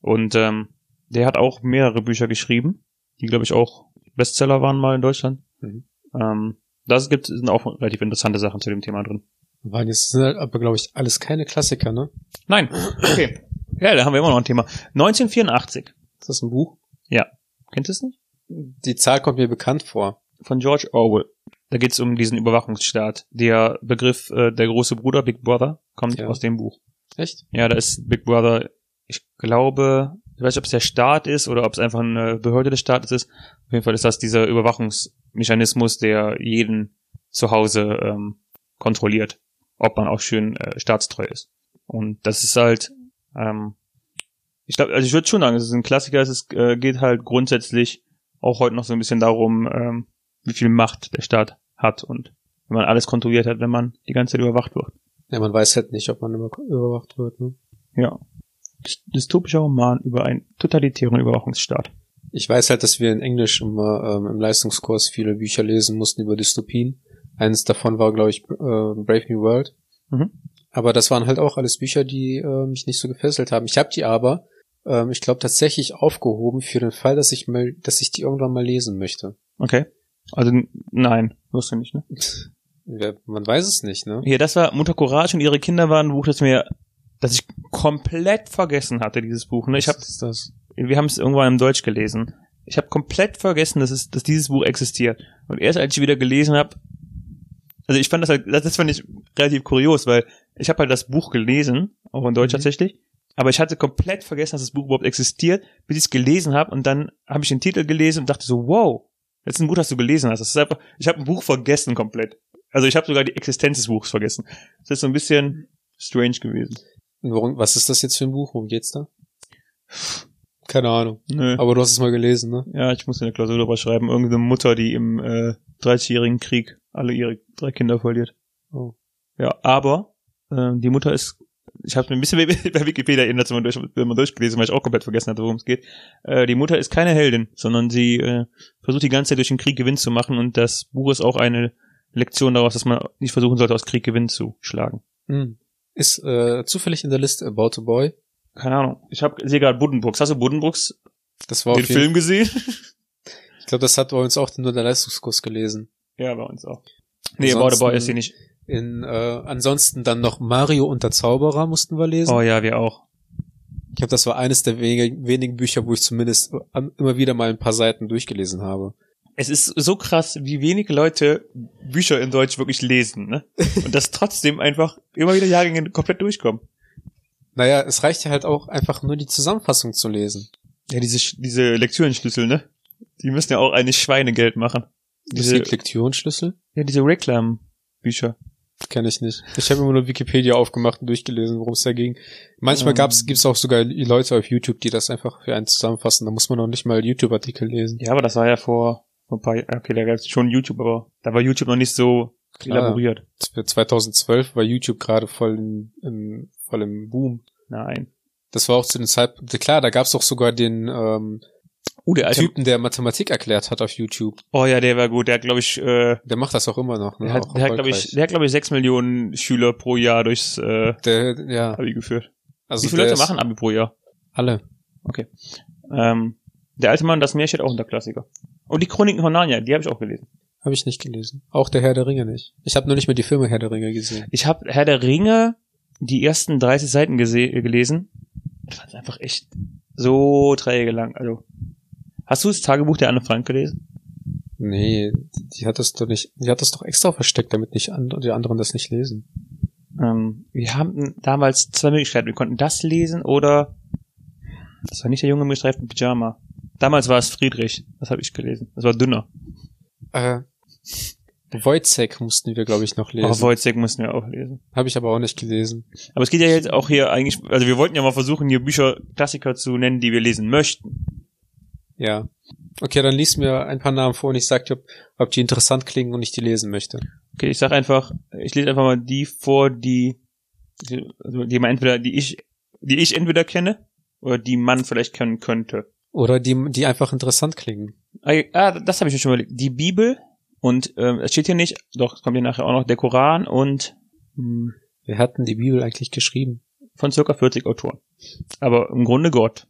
Und ähm, der hat auch mehrere Bücher geschrieben, die, glaube ich, auch Bestseller waren mal in Deutschland. Mhm. Ähm, das gibt sind auch relativ interessante Sachen zu dem Thema drin. Waren jetzt sind halt aber, glaube ich, alles keine Klassiker, ne? Nein, okay. Ja, da haben wir immer noch ein Thema. 1984. Ist das ein Buch? Kennt ihr es nicht? Die Zahl kommt mir bekannt vor. Von George Orwell. Da geht's um diesen Überwachungsstaat. Der Begriff äh, der große Bruder, Big Brother, kommt Ja. aus dem Buch. Echt? Ja, da ist Big Brother, ich glaube, ich weiß nicht, ob es der Staat ist oder ob es einfach eine Behörde des Staates ist. Auf jeden Fall ist das dieser Überwachungsmechanismus, der jeden zu Hause ähm, kontrolliert, ob man auch schön äh, staatstreu ist. Und das ist halt, ähm, ich glaube, also ich würde schon sagen, es ist ein Klassiker, es ist, äh, geht halt grundsätzlich auch heute noch so ein bisschen darum, ähm, wie viel Macht der Staat hat und wenn man alles kontrolliert hat, wenn man die ganze Zeit überwacht wird. Ja, man weiß halt nicht, ob man immer überwacht wird, ne? Ja. Dystopischer Roman über einen totalitären Überwachungsstaat. Ich weiß halt, dass wir in Englisch immer ähm, im Leistungskurs viele Bücher lesen mussten über Dystopien. Eines davon war, glaube ich, äh, Brave New World. Mhm. Aber das waren halt auch alles Bücher, die äh, mich nicht so gefesselt haben. Ich habe die aber, äh, ähm, ich glaube, tatsächlich aufgehoben für den Fall, dass ich mal, dass ich die irgendwann mal lesen (laughs) möchte. Okay. Also n- nein, wusste nicht, ne? Wer- Man weiß es nicht, ne? Hier, das war Mutter Courage und ihre Kinder waren ein Buch, das mir, das ich komplett vergessen hatte, dieses Buch. Ne? Ich habe, Was ist das. wir haben es irgendwann im Deutsch gelesen. Ich habe komplett vergessen, dass es, dass dieses Buch existiert. Und erst als ich wieder gelesen habe, also ich fand das halt, das, das fand ich relativ kurios, weil ich habe halt das Buch gelesen, auch in Deutsch Mhm. tatsächlich. Aber ich hatte komplett vergessen, dass das Buch überhaupt existiert, bis ich es gelesen habe und dann habe ich den Titel gelesen und dachte so, wow, das ist ein Buch, das du gelesen hast. Das ist einfach, ich habe ein Buch vergessen komplett. Also ich habe sogar die Existenz des Buchs vergessen. Das ist so ein bisschen strange gewesen. Und Worum, was ist das jetzt für ein Buch? Worum geht's da? Keine Ahnung. Nö. Aber du hast es mal gelesen, ne? Ja, ich muss in der Klausur drüber schreiben. Irgendeine Mutter, die im äh, 30-jährigen Krieg alle ihre drei Kinder verliert. Oh. Ja, aber ähm, die Mutter ist, ich habe mir ein bisschen bei (laughs) Wikipedia erinnert, wenn man, durch, wenn man durchgelesen, weil ich auch komplett vergessen hatte, worum es geht. Äh, die Mutter ist keine Heldin, sondern sie äh, versucht die ganze Zeit durch den Krieg Gewinn zu machen und das Buch ist auch eine Lektion daraus, dass man nicht versuchen sollte, aus Krieg Gewinn zu schlagen. Hm. Ist äh, zufällig in der Liste About a Boy. Keine Ahnung. Ich habe sehe gerade Buddenbrooks. Hast du Buddenbrooks Das war den auf jeden, Film gesehen? (laughs) Ich glaube, das hat bei uns auch nur der Leistungskurs gelesen. ja, bei uns auch. Nee, About a Boy ist sie nicht. In, äh, ansonsten dann noch Mario und der Zauberer mussten wir lesen. Oh ja, wir auch. Ich glaube, das war eines der wenigen, wenigen Bücher, wo ich zumindest am- immer wieder mal ein paar Seiten durchgelesen habe. Es ist so krass, wie wenige Leute Bücher in Deutsch wirklich lesen, ne? (laughs) Und dass trotzdem einfach immer wieder Jahrgänge komplett durchkommen. Naja, es reicht ja halt auch einfach nur die Zusammenfassung zu lesen. Ja, diese, Sch- diese Lektürenschlüssel, ne? Die müssen ja auch eigentlich Schweinegeld machen. Es Diese, gibt Lektürenschlüssel? ja, diese Reklam-Bücher. Kenne ich nicht. Ich habe immer nur Wikipedia aufgemacht und durchgelesen, worum es da ging. Manchmal Ähm. gab's, gibt's auch sogar Leute auf YouTube, die das einfach für einen zusammenfassen. Da muss man noch nicht mal YouTube-Artikel lesen. Ja, aber das war ja vor, vor ein paar Jahren. Okay, da gab es schon YouTube, aber da war YouTube noch nicht so Klar. elaboriert. Für 2012 war YouTube gerade voll im, im, voll im Boom. Nein. Das war auch zu den Zeitpunkt, also klar, da gab's auch sogar den ähm, Oh, der alte. Typen, der Mathematik erklärt hat auf YouTube. Oh ja, der war gut. Der hat, glaube ich, äh, Der macht das auch immer noch. Ne? der hat, auch der hat, glaub ich, erfolgreich. der hat, glaube ich, sechs Millionen Schüler pro Jahr durchs äh, der, ja, Abi geführt. also Wie viele der Leute ist- machen Abi pro Jahr? alle. Ähm, der alte Mann, das Meer steht auch unter Klassiker. Und die Chroniken von Narnia, die habe ich auch gelesen. Habe ich nicht gelesen. Auch der Herr der Ringe nicht. Ich habe nur nicht mehr die Filme Herr der Ringe gesehen. Ich habe Herr der Ringe die ersten 30 Seiten gese- äh, gelesen. Das fand einfach echt so träge lang. Also, hast du das Tagebuch der Anne Frank gelesen? Nee, die, die hat das doch nicht, die hat das doch extra versteckt, damit nicht and, die anderen das nicht lesen. Ähm, wir haben damals zwei Möglichkeiten. Wir konnten das lesen oder das war nicht der Junge im gestreiften Pyjama. Damals war es Friedrich. Das habe ich gelesen. Das war dünner. Äh, Wojcek mussten wir, glaube ich, noch Aber lesen. Wojcik mussten wir auch lesen. Habe ich aber auch nicht gelesen. Aber es geht ja jetzt auch hier eigentlich, also wir wollten ja mal versuchen, hier Bücher, Klassiker zu nennen, die wir lesen möchten. Ja. Okay, dann lies mir ein paar Namen vor und ich sag dir, ob, ob die interessant klingen und ich die lesen möchte. Okay, ich sag einfach, ich lese einfach mal die vor, die, die- also die man entweder, die ich, die ich entweder kenne, oder die man vielleicht kennen könnte. Oder die, die einfach interessant klingen. Ah, ja, ah, das habe ich mir schon überlegt. Die Bibel und, ähm, es steht hier nicht, doch, es kommt hier nachher auch noch, der Koran und mh, Wir hatten die Bibel eigentlich geschrieben. von circa 40 Autoren. Aber im Grunde Gott.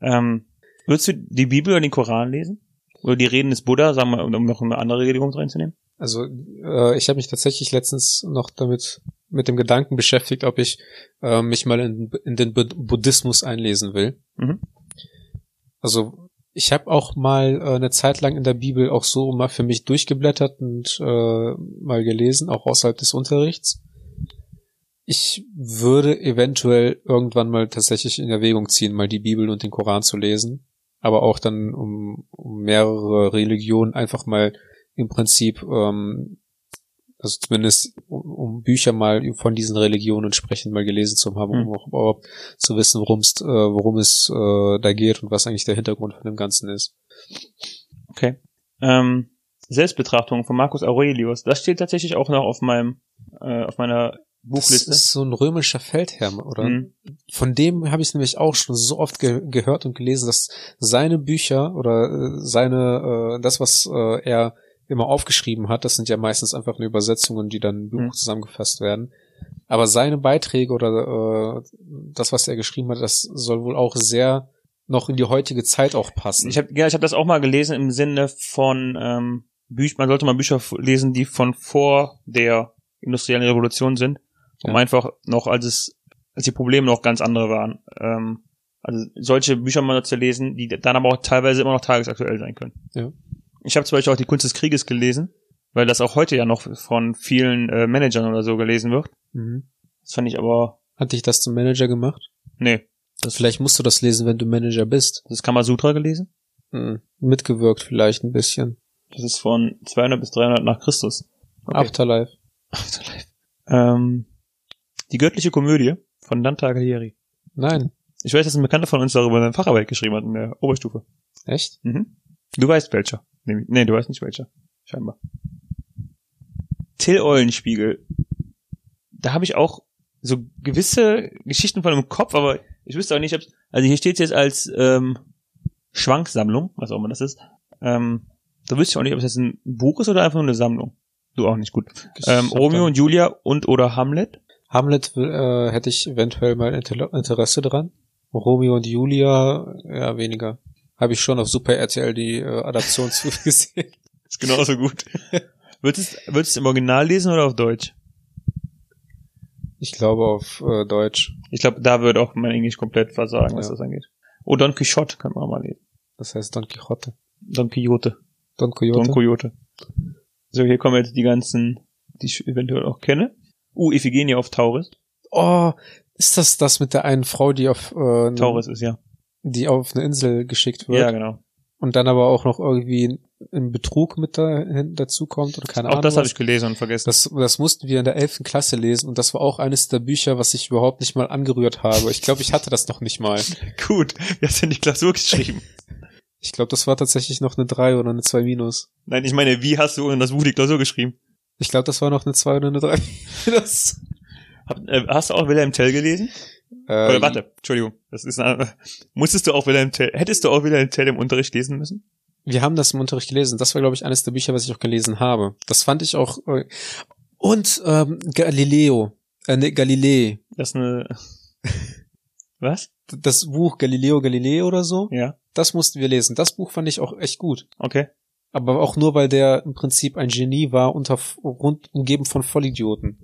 Ähm, würdest du die Bibel oder den Koran lesen? Oder die Reden des Buddha, sagen wir, um noch eine andere Religion reinzunehmen? Also äh, ich habe mich tatsächlich letztens noch damit mit dem Gedanken beschäftigt, ob ich äh, mich mal in, in den Bu- Buddhismus einlesen will. Mhm. Also ich habe auch mal äh, eine Zeit lang in der Bibel auch so mal für mich durchgeblättert und äh, mal gelesen, auch außerhalb des Unterrichts. Ich würde eventuell irgendwann mal tatsächlich in Erwägung ziehen, mal die Bibel und den Koran zu lesen, aber auch dann um, um mehrere Religionen einfach mal im Prinzip, ähm, also zumindest um, um Bücher mal von diesen Religionen entsprechend mal gelesen zu haben, Hm. um auch überhaupt zu wissen, worum es, äh, worum es äh, da geht und was eigentlich der Hintergrund von dem Ganzen ist. Okay. Ähm, Selbstbetrachtung von Marcus Aurelius. Das steht tatsächlich auch noch auf meinem, äh, auf meiner Buchliste. Das ist so ein römischer Feldherr, oder? Mhm. Von dem habe ich nämlich auch schon so oft ge gehört und gelesen, dass seine Bücher oder äh, seine, äh, das, was äh, er immer aufgeschrieben hat, das sind ja meistens einfach nur Übersetzungen, die dann im Buch Mhm. zusammengefasst werden, Aber seine Beiträge oder äh, das, was er geschrieben hat, das soll wohl auch sehr noch in die heutige Zeit auch passen. Ich habe ja, ich habe das auch mal gelesen im Sinne von ähm, Büch man sollte mal Bücher f- lesen, die von vor der industriellen Revolution sind, um Ja. einfach noch als es als die Probleme noch ganz andere waren. Ähm, also solche Bücher mal zu lesen, die dann aber auch teilweise immer noch tagesaktuell sein können. Ja. Ich habe zum Beispiel auch die Kunst des Krieges gelesen, weil das auch heute ja noch von vielen äh, Managern oder so gelesen wird. mhm. Das fand ich aber Hat dich das zum Manager gemacht? nee. Vielleicht musst du das lesen, wenn du Manager bist. Das ist Kamasutra gelesen. Mhm. Mitgewirkt vielleicht ein bisschen. Das ist von 200 bis 300 nach Christus. Okay. Afterlife. Afterlife. Ähm, die göttliche Komödie von Dante Alighieri. Nein. Ich weiß, dass ein Bekannter von uns darüber seine Facharbeit geschrieben hat in der Oberstufe. Echt? Mhm. Du weißt welcher. Nee, nee, du weißt nicht welcher. Scheinbar. Till Eulenspiegel. Da habe ich auch so gewisse Geschichten von im Kopf, aber ich wüsste auch nicht, ob's, also hier steht jetzt als ähm, Schwanksammlung, was auch immer das ist. Ähm, da wüsste ich auch nicht, ob es jetzt ein Buch ist oder einfach nur eine Sammlung. Du auch nicht gut. Ähm, Ich hab Romeo da- und Julia und oder Hamlet. Hamlet äh, hätte ich eventuell mal Inter Interesse dran. Romeo und Julia, ja, weniger. Habe ich schon auf Super RTL die äh, Adaption (laughs) zu gesehen. Ist genauso gut. (laughs) würdest du es- würdest du es im Original lesen oder auf Deutsch? Ich glaube auf äh, Deutsch. Ich glaube, da würde auch mein Englisch komplett versagen, was Ja. das angeht. Oh, Don Quixote kann man auch mal lesen. Das heißt Don Quixote. Don Quixote. Don Quixote. Don Quixote. So, hier kommen jetzt die ganzen, die ich eventuell auch kenne. Uh, Iphigenia auf Tauris. oh, ist das das mit der einen Frau, die auf äh, Tauris ist ja. die auf eine Insel geschickt wird Ja, genau. und dann aber auch noch irgendwie ein Betrug mit da, hin- dazu kommt oder keine auch Ahnung. das habe was. ich gelesen und vergessen. Das, das mussten wir in der 11. Klasse lesen und das war auch eines der Bücher, was ich überhaupt nicht mal angerührt habe. Ich glaube, ich hatte das noch nicht mal. gut. Wie hast du denn die (laughs) Klausur geschrieben? Ich glaube, das war tatsächlich noch eine 3 oder eine 2 minus. Nein, ich meine, wie hast du in das Buch die Klausur geschrieben? Ich glaube, das war noch eine 2 oder eine 3 (laughs) minus. Hab, äh, hast du auch Wilhelm Tell gelesen? Äh, Oder warte, Entschuldigung. Das ist eine, (laughs) andere- musstest du auch Wilhelm Tell, hättest du auch Wilhelm Tell im Unterricht lesen müssen? Wir haben das im Unterricht gelesen. Das war, glaube ich, eines der Bücher, was ich auch gelesen habe. Das fand ich auch. Äh, und ähm, Galileo. Äh, nee, Galilei. Das ist eine. (laughs) Was? D- Das Buch Galileo Galilei oder so. Ja. Das mussten wir lesen. Das Buch fand ich auch echt gut. Okay. Aber auch nur, weil der im Prinzip ein Genie war, unter, rund, umgeben von Vollidioten.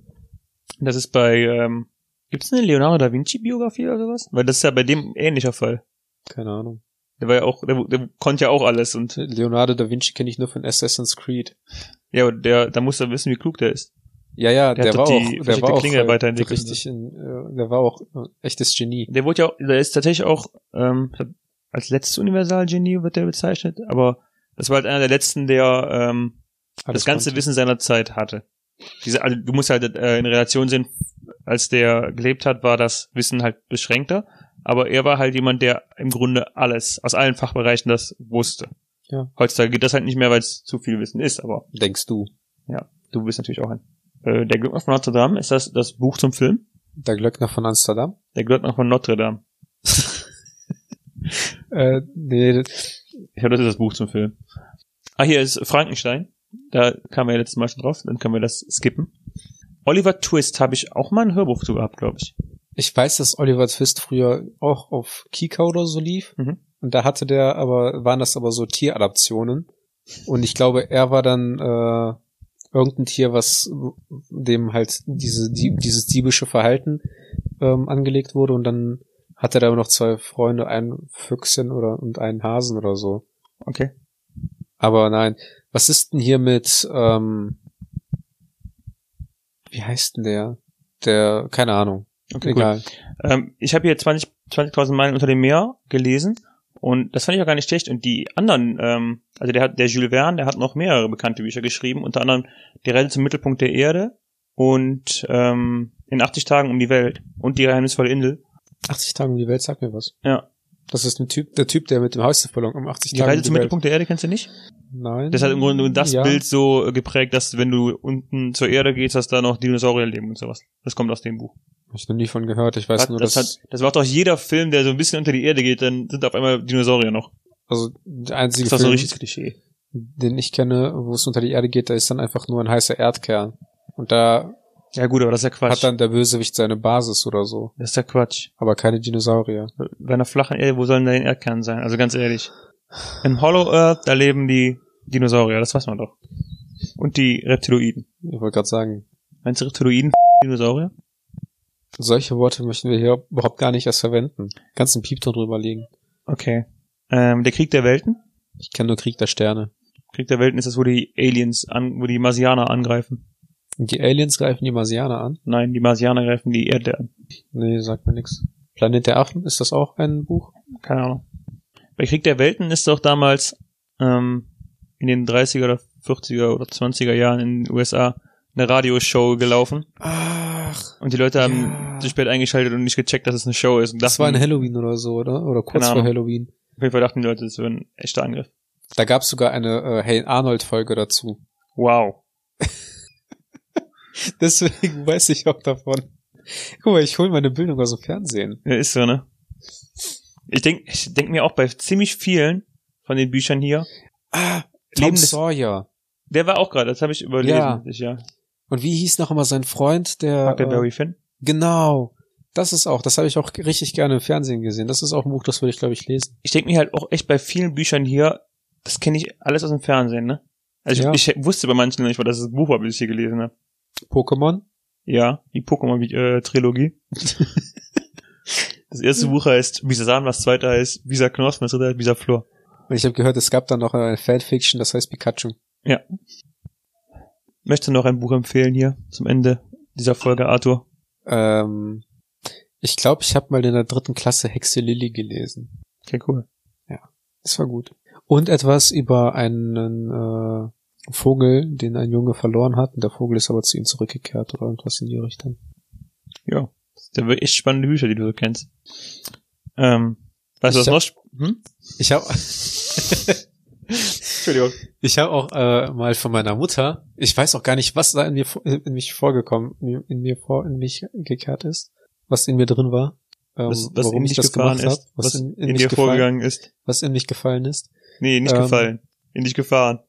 Das ist bei. Ähm, Gibt es eine Leonardo da Vinci Biografie oder sowas? Weil das ist ja bei dem ein ähnlicher Fall. Keine Ahnung. Der war ja auch, der, der konnte ja auch alles und Leonardo da Vinci kenne ich nur von Assassin's Creed. ja, und der, da muss er wissen, wie klug der ist. Ja, ja, Der der, hat war doch die auch, der versteckte war auch Klinge äh, weiterentwickelt. ne? richtig, in, äh, der war auch äh, echtes Genie. Der wurde ja, auch, der ist tatsächlich auch ähm, als letztes Universalgenie wird der bezeichnet, aber das war halt einer der letzten, der ähm, das ganze konnte. Wissen seiner Zeit hatte. Diese, also du musst halt äh, in Relation sehen, als der gelebt hat, war das Wissen halt beschränkter, aber er war halt jemand, der im Grunde alles aus allen Fachbereichen das wusste. Ja. Heutzutage geht das halt nicht mehr, weil es zu viel Wissen ist, aber Denkst du? du bist natürlich auch ein. Äh, der Glöckner von Notre Dame, ist das das Buch zum Film? Der Glöckner von Amsterdam? Der Glöckner von Notre Dame. Äh, nee, das- Ich glaube, das ist das Buch zum Film. Ah, hier ist Frankenstein. Da kamen wir ja letztes Mal schon drauf, dann können wir das skippen. Oliver Twist habe ich auch mal ein Hörbuch zu gehabt, glaube ich. ich weiß, dass Oliver Twist früher auch auf Kika oder so lief. Mhm. Und da hatte der aber, waren das aber so Tieradaptionen. Und ich glaube, er war dann äh, irgendein Tier, was dem halt diese, die, dieses diebische Verhalten ähm, angelegt wurde. Und dann hatte er da noch zwei Freunde, ein Füchschen oder und einen Hasen oder so. Okay. Aber nein. Was ist denn hier mit, ähm, wie heißt denn der? Der, keine Ahnung. Okay, Egal. Cool. Ähm, ich habe hier 20 20.000 Meilen unter dem Meer gelesen und das fand ich auch gar nicht schlecht. Und die anderen, ähm, also der hat der Jules Verne, der hat noch mehrere bekannte Bücher geschrieben, unter anderem Die Reise zum Mittelpunkt der Erde und ähm, In 80 Tagen um die Welt und Die geheimnisvolle Insel. 80 Tage um die Welt, sag mir was. Ja. Das ist ein Typ, der Typ, der mit dem Heißluftballon um 80 Die Tage um Reise zum Welt- Mittelpunkt der Erde kennst du nicht? Nein. Das hat im Grunde das ja. Bild so äh, geprägt, dass wenn du unten zur Erde gehst, dass da noch Dinosaurier leben und sowas. Das kommt aus dem Buch. Hab Ich noch nie von gehört. Ich weiß Hat, nur, das, dass, hat, das macht doch jeder Film, der so ein bisschen unter die Erde geht, dann sind auf einmal Dinosaurier noch. also, der Das einzige ist doch so Film, ein richtiges Klischee. den ich kenne, wo es unter die Erde geht, da ist dann einfach nur ein heißer Erdkern. Und da Ja gut, aber das ist ja Quatsch. Hat dann der Bösewicht seine Basis oder so. das ist ja Quatsch. Aber keine Dinosaurier. Bei einer flachen Erde, wo soll denn der Erdkern sein? Also ganz ehrlich. In Hollow Earth, da leben die Dinosaurier, das weiß man doch. Und die Reptiloiden. Ich wollte gerade sagen, Meinst du Reptiloiden f- Dinosaurier? solche Worte möchten wir hier überhaupt gar nicht erst verwenden. Ganzen Piepton drüber liegen. Okay. Ähm, der Krieg der Welten? Ich kenne nur Krieg der Sterne. Krieg der Welten ist das, wo die Aliens an, wo die Marsianer angreifen. Die Aliens greifen die Marsianer an. Nein, die Marsianer greifen die Erde an. Nee, sagt mir nix. Planet der Affen, ist das auch ein Buch? Keine Ahnung. Bei Krieg der Welten ist doch damals ähm, in den 30er oder 40er oder 20er Jahren in den USA eine Radioshow gelaufen Ach, und die Leute haben Ja. sich spät eingeschaltet und nicht gecheckt, dass es eine Show ist. Und das war dachten- ein Halloween oder so, oder? Oder kurz Keine vor Ahnung. Halloween. Auf jeden Fall dachten die Leute, das wäre ein echter Angriff. Da gab es sogar eine äh, Hey Arnold Folge dazu. (laughs) Wow. Deswegen weiß ich auch davon. Guck mal, ich hole meine Bildung aus dem Fernsehen. Ja, ist so, ne? Ich denk, ich denk mir auch bei ziemlich vielen von den Büchern hier, Ah, Tom Leben des- Sawyer. der war auch gerade, das habe ich überlesen. Ja. Ich, ja. Und wie hieß noch immer sein Freund, der... äh, Huckleberry Finn. Genau. Das ist auch, das habe ich auch richtig gerne im Fernsehen gesehen. Das ist auch ein Buch, das würde ich, glaube ich, lesen. Ich denk mir halt auch echt bei vielen Büchern hier, das kenne ich alles aus dem Fernsehen, ne? Also Ja. ich, ich wusste bei manchen nicht mal, dass es ein Buch war, bis ich hier gelesen habe. Pokémon? Ja, die Pokémon-Trilogie. das erste Buch heißt Visasan, das zweite heißt Visa Knospen, das dritte heißt Visa Flor. Und ich habe gehört, es gab da noch eine Fanfiction, das heißt Pikachu. Möchte noch ein Buch empfehlen hier zum Ende dieser Folge, Arthur. Ähm, ich glaube, ich habe mal in der dritten Klasse Hexe Lilly gelesen. Okay, cool. Das war gut. Und etwas über einen äh, Vogel, den ein Junge verloren hat. Und der Vogel ist aber zu ihm zurückgekehrt oder irgendwas in die Richtung. Ja. Das sind wirklich echt spannende Bücher, die du so kennst. Ähm, weißt du, was Ich hab- noch? sp- Hm? Ich habe Entschuldigung. ich hab auch äh, mal von meiner Mutter, ich weiß auch gar nicht, was da in mir vor- in mich vorgekommen, in- in mir vor, in mich gekehrt ist, was in mir drin war, ähm, Was, was warum in ich dich das gefahren gemacht ist, habe, was, in, mich dir gefallen- vorgegangen ist. was in mich gefallen ist. Nee, nicht Ähm, gefallen. In dich gefahren.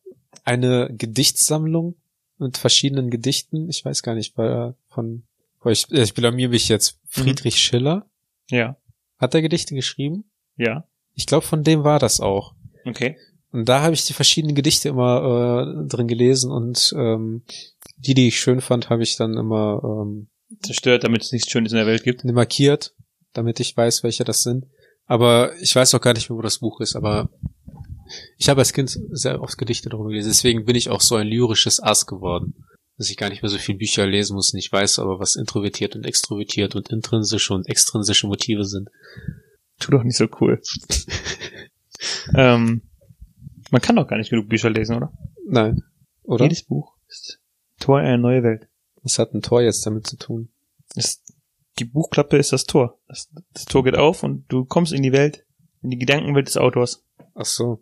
eine Gedichtssammlung mit verschiedenen Gedichten. Ich weiß gar nicht, weil äh, von boah, ich, ich blamier mich jetzt. Mhm. Friedrich Schiller Ja. hat er Gedichte geschrieben. Ja. Ich glaube, von dem war das auch. Okay. Und da habe ich die verschiedenen Gedichte immer äh, drin gelesen und ähm, die, die ich schön fand, habe ich dann immer, ähm, Zerstört, damit es nichts Schönes in der Welt gibt. markiert, damit ich weiß, welche das sind. Aber ich weiß auch gar nicht mehr, wo das Buch ist, aber ich habe als Kind sehr oft Gedichte darüber gelesen. Deswegen bin ich auch so ein lyrisches Ass geworden, dass ich gar nicht mehr so viel Bücher lesen muss und ich weiß aber, was introvertiert und extrovertiert und intrinsische und extrinsische Motive sind. Tu doch nicht so cool. ähm, man kann doch gar nicht genug Bücher lesen, oder? Nein. Oder? Jedes Buch ist Tor in eine neue Welt. Was hat ein Tor jetzt damit zu tun? Ist, die Buchklappe ist das Tor. Das, das Tor geht auf und du kommst in die Welt, in die Gedankenwelt des Autors. Ach so,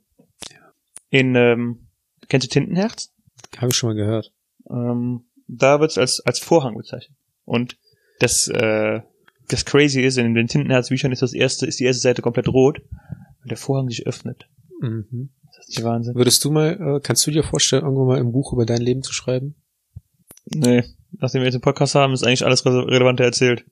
In, ähm, kennst du Tintenherz? habe ich schon mal gehört. Ähm, da wird es als, als Vorhang bezeichnet. Und das, äh, das Crazy ist, in den Tintenherz-Büchern ist das erste, ist die erste Seite komplett rot, weil der Vorhang sich öffnet. Mhm. Ist das nicht Wahnsinn? Würdest du mal, äh, kannst du dir vorstellen, irgendwann mal ein Buch über dein Leben zu schreiben? Nee, nachdem wir jetzt den Podcast haben, ist eigentlich alles Re Relevante erzählt.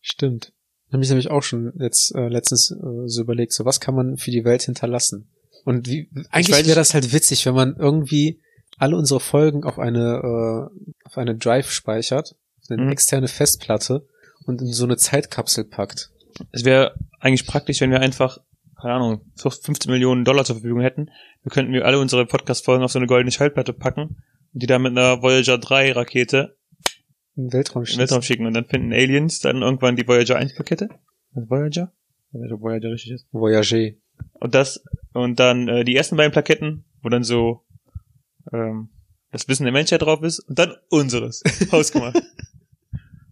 Stimmt. Habe ich nämlich auch schon jetzt äh, letztens äh, so überlegt, so was kann man für die Welt hinterlassen? Und wie eigentlich weiß- wäre das halt witzig, wenn man irgendwie alle unsere Folgen auf eine äh, auf eine Drive speichert, auf eine Mhm. externe Festplatte und in so eine Zeitkapsel packt. Es wäre eigentlich praktisch, wenn wir einfach, keine Ahnung, 15 Millionen Dollar zur Verfügung hätten. Wir könnten wir alle unsere Podcast-Folgen auf so eine goldene Schallplatte packen und die dann mit einer Voyager 3-Rakete Im Weltraum in den schießen. Weltraum schicken und dann finden Aliens dann irgendwann die Voyager 1-Pakete. Das Voyager? Wenn das Voyager richtig ist. Voyager. Und das, und dann äh, die ersten beiden Plaketten, wo dann so ähm, das Wissen der Menschheit drauf ist, und dann unseres. Hausgemacht.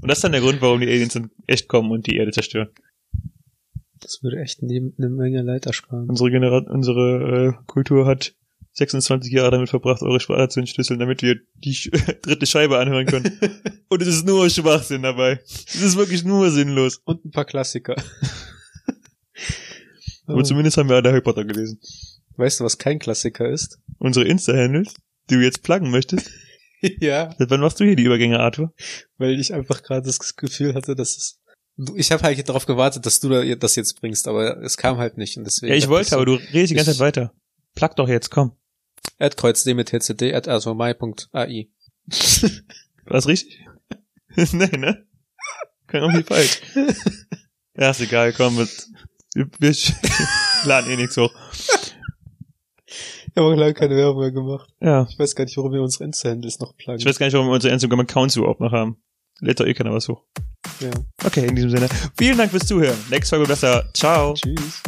und das ist dann der Grund, warum die Aliens dann echt kommen und die Erde zerstören. Das würde echt eine, eine Menge Leid ersparen. Unsere Generation, unsere äh, Kultur hat 26 Jahre damit verbracht, eure Sprache zu entschlüsseln, damit wir die Sch (laughs) dritte Scheibe anhören können. und es ist nur Schwachsinn dabei. Es ist wirklich nur sinnlos. Und ein paar (laughs) Klassiker. Aber zumindest haben wir alle Harry Potter gelesen. weißt du, was kein Klassiker ist? Unsere Insta-Handles, die du jetzt pluggen möchtest, (laughs) ja, Seit wann machst du hier die Übergänge, Arthur? weil ich einfach gerade das Gefühl hatte, dass es du- ich habe halt darauf gewartet, dass du da das jetzt bringst, aber es kam halt nicht und deswegen. Ja, ich dachte wollte, so, aber du redest die ganze Ich- Zeit weiter. Plug doch jetzt, komm. Adkreuz D mit TCD at asomai.ai. War das richtig? (laughs) nee, ne? Kann auch nicht falsch. Ja, ist egal, komm mit. Wir, wir (laughs) sch- laden eh nichts hoch. Wir haben auch lange keine Werbung mehr gemacht. Ja. Ich weiß gar nicht, warum wir unsere Insta-Handles noch Ich plagen. weiß gar nicht, warum wir unsere Instagram-Accounts überhaupt noch haben. Lädt doch eh keiner was hoch. Ja. Okay, in diesem Sinne. Vielen Dank fürs Zuhören. Nächste Folge besser. Ciao. Tschüss.